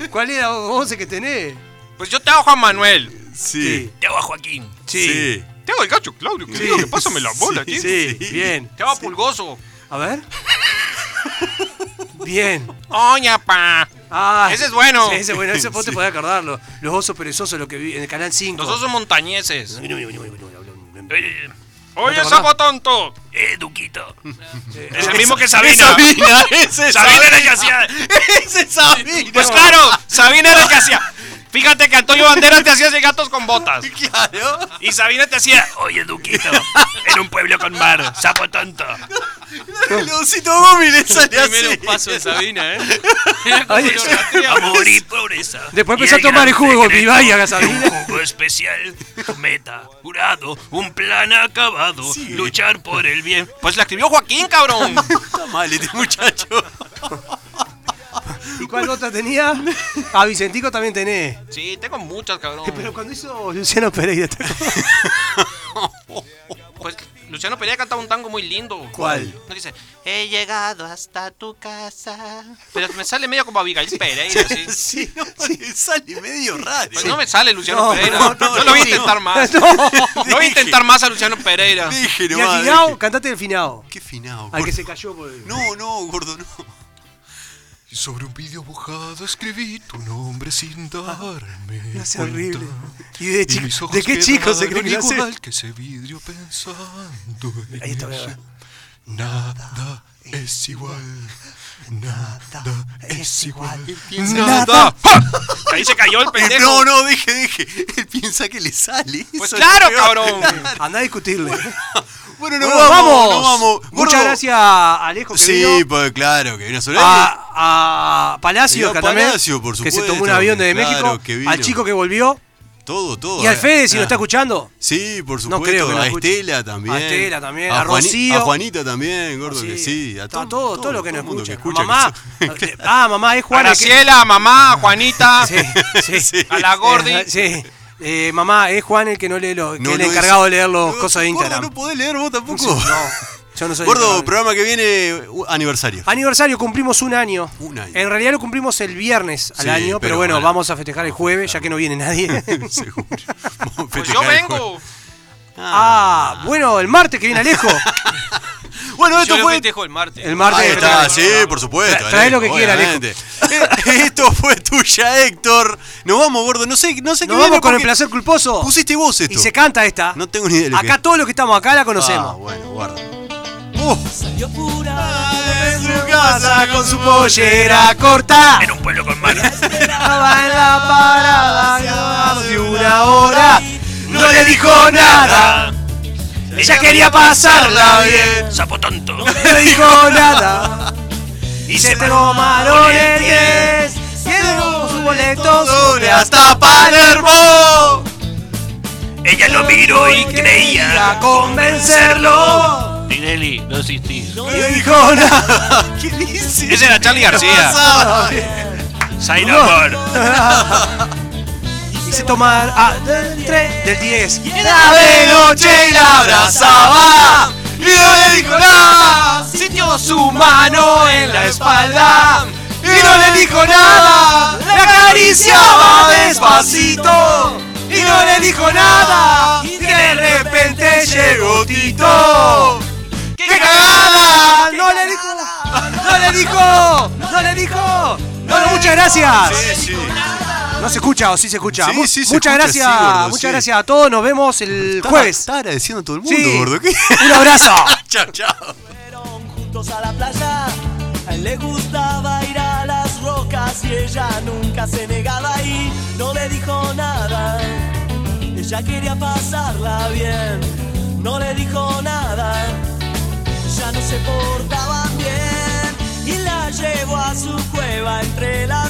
S4: ¿Cuál era vos que tenés?
S7: Pues yo te hago Juan Manuel.
S3: Sí.
S11: Te hago a Joaquín.
S3: Sí.
S7: Te hago el gacho, Claudio. Que digo que pásame la bola,
S3: Sí,
S7: chico.
S4: Sí,
S3: Sí.
S4: bien.
S7: Te hago a Pulgoso.
S4: A ver. Bien.
S7: Oña, pa.
S4: Ah,
S7: Ese es bueno.
S4: sí, ese es bueno, ese vos te podés acordarlo. Los osos perezosos, lo que vi en el canal 5.
S7: Los osos montañeses.
S11: Eh,
S7: Oye,
S4: acordás?
S7: sapo tonto.
S11: eh, Duquito.
S7: Es el mismo que
S3: Es
S7: Sabina.
S3: Sabina, ese es
S7: Sabina
S3: Sabina.
S7: era el que hacía.
S3: Ese es Sabina.
S7: Pues claro, Sabina era el que hacía. Fíjate que Antonio Banderas te hacía de gatos con botas.
S3: Claro.
S11: Y Sabina te hacía, oye, Duquito. En un pueblo con mar, sapo tonto.
S3: El osito Gómez le sale así.
S9: Primero paso de Sabina, ¿eh?
S4: Ay,
S11: Amor y pobreza.
S4: Después
S11: Y
S4: empezó
S11: el
S4: a
S11: gran
S4: tomar el jugo, mi
S11: secreto
S4: vaya,
S11: de un
S4: Sabina.
S11: jugo especial, meta, jurado, un plan acabado, luchar por el bien.
S7: Pues la escribió Joaquín, cabrón.
S3: Está mal este muchacho.
S4: ¿Y cuál otra tenía? Ah, Vicentico también tenés.
S7: Sí, tengo muchas,
S4: Pero
S7: cabrón.
S4: cuando hizo Luciano Pereira, ¿te acordás?
S7: Pues Luciano Pereira cantaba un tango muy lindo.
S4: ¿Cuál?
S7: No dice, he llegado hasta tu casa. Pero me sale medio como Abigail Pereira, así.
S3: Sí, no, le sale medio raro.
S7: Pues no me sale Luciano
S4: No,
S7: Pereira.
S4: no,
S7: No,
S4: no,
S7: lo voy a
S3: no.
S7: intentar más. No,
S4: No.
S7: voy a intentar más a Luciano Pereira.
S3: Dije
S4: Y
S3: nomás,
S4: al
S3: dije.
S4: finao, cantate el finao.
S3: Qué finado,
S4: Al
S3: gordo.
S4: que se cayó por el...
S3: No, no, gordo, no. Sobre un vídeo mojado escribí tu nombre sin darme
S4: No es horrible.
S3: cuenta.
S4: ¿Y de,
S3: Y
S4: chi-
S3: mis ojos
S4: de qué chico se
S3: quedaron
S4: cree que lo hace?
S3: igual que ese vidrio pensando en
S4: Ahí está,
S3: eso.
S4: ahí
S3: Nada es igual. Nada es igual.
S4: Nada.
S7: Ahí se cayó el pendejo.
S3: No, no, dije, dije. Él piensa que le sale.
S7: Pues
S3: eso es lo
S7: claro,
S3: peor.
S7: cabrón.
S4: Anda a discutirle.
S3: Bueno, nos vamos,
S4: Bueno, vamos.
S3: nos vamos.
S4: Muchas
S3: Gordo.
S4: gracias a Alejo que
S3: Sí,
S4: vino.
S3: pues claro, que vino Solari.
S4: A, a Palacio,
S3: Y a
S4: que también,
S3: Palacio, por
S4: que se
S3: supuesto,
S4: tomó un avión desde
S3: claro, que
S4: México,
S3: vino.
S4: al chico que volvió
S3: Todo, todo.
S4: y al Fede, si
S3: Ah.
S4: lo está escuchando.
S3: Sí, por
S4: No
S3: supuesto.
S4: creo que lo
S3: a
S4: escuche.
S3: Estela también.
S4: A Estela también, a
S3: Juani-
S4: Rocío.
S3: A Juanita también, gordo, que sí.
S4: a todo, todo, lo que nos
S3: mundo
S4: escucha.
S3: escucha
S4: A mamá.
S3: que se-
S4: Ah, mamá es
S7: A
S4: Juana. que-
S7: Graciela, a mamá, a Juanita,
S4: sí, sí.
S7: a la Gordi.
S4: Eh, sí. Eh, mamá, es Juan el que no lee los,
S3: No,
S4: que es
S3: no
S4: el
S3: es-
S4: encargado de leer los
S3: No,
S4: cosas de
S3: gordo,
S4: Instagram.
S3: No podés leer vos tampoco.
S4: Yo no soy
S3: Gordo,
S4: encargado.
S3: programa que viene, u- aniversario.
S4: Aniversario, cumplimos un año.
S3: Un año.
S4: En realidad lo cumplimos el viernes al
S3: Sí,
S4: año, pero,
S3: pero
S4: bueno,
S3: bueno.
S4: vamos a festejar el jueves, ya que no viene nadie.
S3: Seguro. Vamos a
S7: Pues
S3: festejar
S7: yo
S3: el juego.
S7: vengo.
S4: ah, bueno, el martes que viene Alejo.
S3: Bueno, esto
S9: Yo lo
S3: fue.
S9: festejo el martes.
S4: El martes.
S3: Ahí
S4: que
S3: está,
S4: viene.
S3: sí, por supuesto.
S4: Tra- trae lo que quiera,
S3: obviamente. Eh, Esto fue tuya, Héctor. Nos vamos, gordo. No sé, no sé qué
S4: Nos vamos
S3: viene
S4: con el
S3: porque
S4: placer culposo.
S3: Pusiste vos esto.
S4: y se canta esta.
S3: No tengo ni idea de lo que
S4: Acá
S3: es.
S4: todos los que estamos acá la conocemos.
S3: Ah, bueno, guarda.
S12: Salió pura
S3: Ah, en su casa con su
S4: Pollera corta.
S11: En un pueblo con Ah, mar.
S4: Estaba en la parada se hablaba de una hora. No le dijo nada. Ella quería pasarla bien.
S11: Sapo tonto.
S4: No le dijo nada. Y se tomaron el 10. Quedó su boleto sobre hasta Palermo.
S11: Ella lo miró y creía
S4: Quería convencerlo.
S11: Tinelli, no existís.
S4: No le dijo nada.
S3: ¿Qué le hice?
S7: Ese era Charlie García.
S3: Pasaba.
S11: Zayn Amor.
S4: Y se tomaron ah, del 3, del 10.
S3: Era de noche y la abrazaba. Y
S8: no le dijo nada, sintió su mano en la espalda. Y no le dijo nada, la acariciaba despacito. Y no le dijo nada, y de repente llegó Tito. ¡Qué cagada! No le dijo, no le dijo, no le dijo.
S4: Bueno, muchas gracias.
S3: Ah, Sí, sí.
S4: No se escucha o sí se escucha.
S3: Sí,
S4: Mu-
S3: sí se
S4: muchas
S3: escucha,
S4: gracias,
S3: sí, gordo,
S4: muchas
S3: sí.
S4: gracias a todos. Nos vemos el jueves.
S3: Está agradeciendo a todo el mundo,
S4: Sí.
S3: gordo. ¿qué?
S4: Un abrazo.
S3: chao, chao.
S8: juntos a la playa. A él le gustaba ir a las rocas y ella nunca se negaba y no le dijo nada. Ella quería pasarla bien, no le dijo nada. Ya no se portaban bien y la llevó a su cueva entre las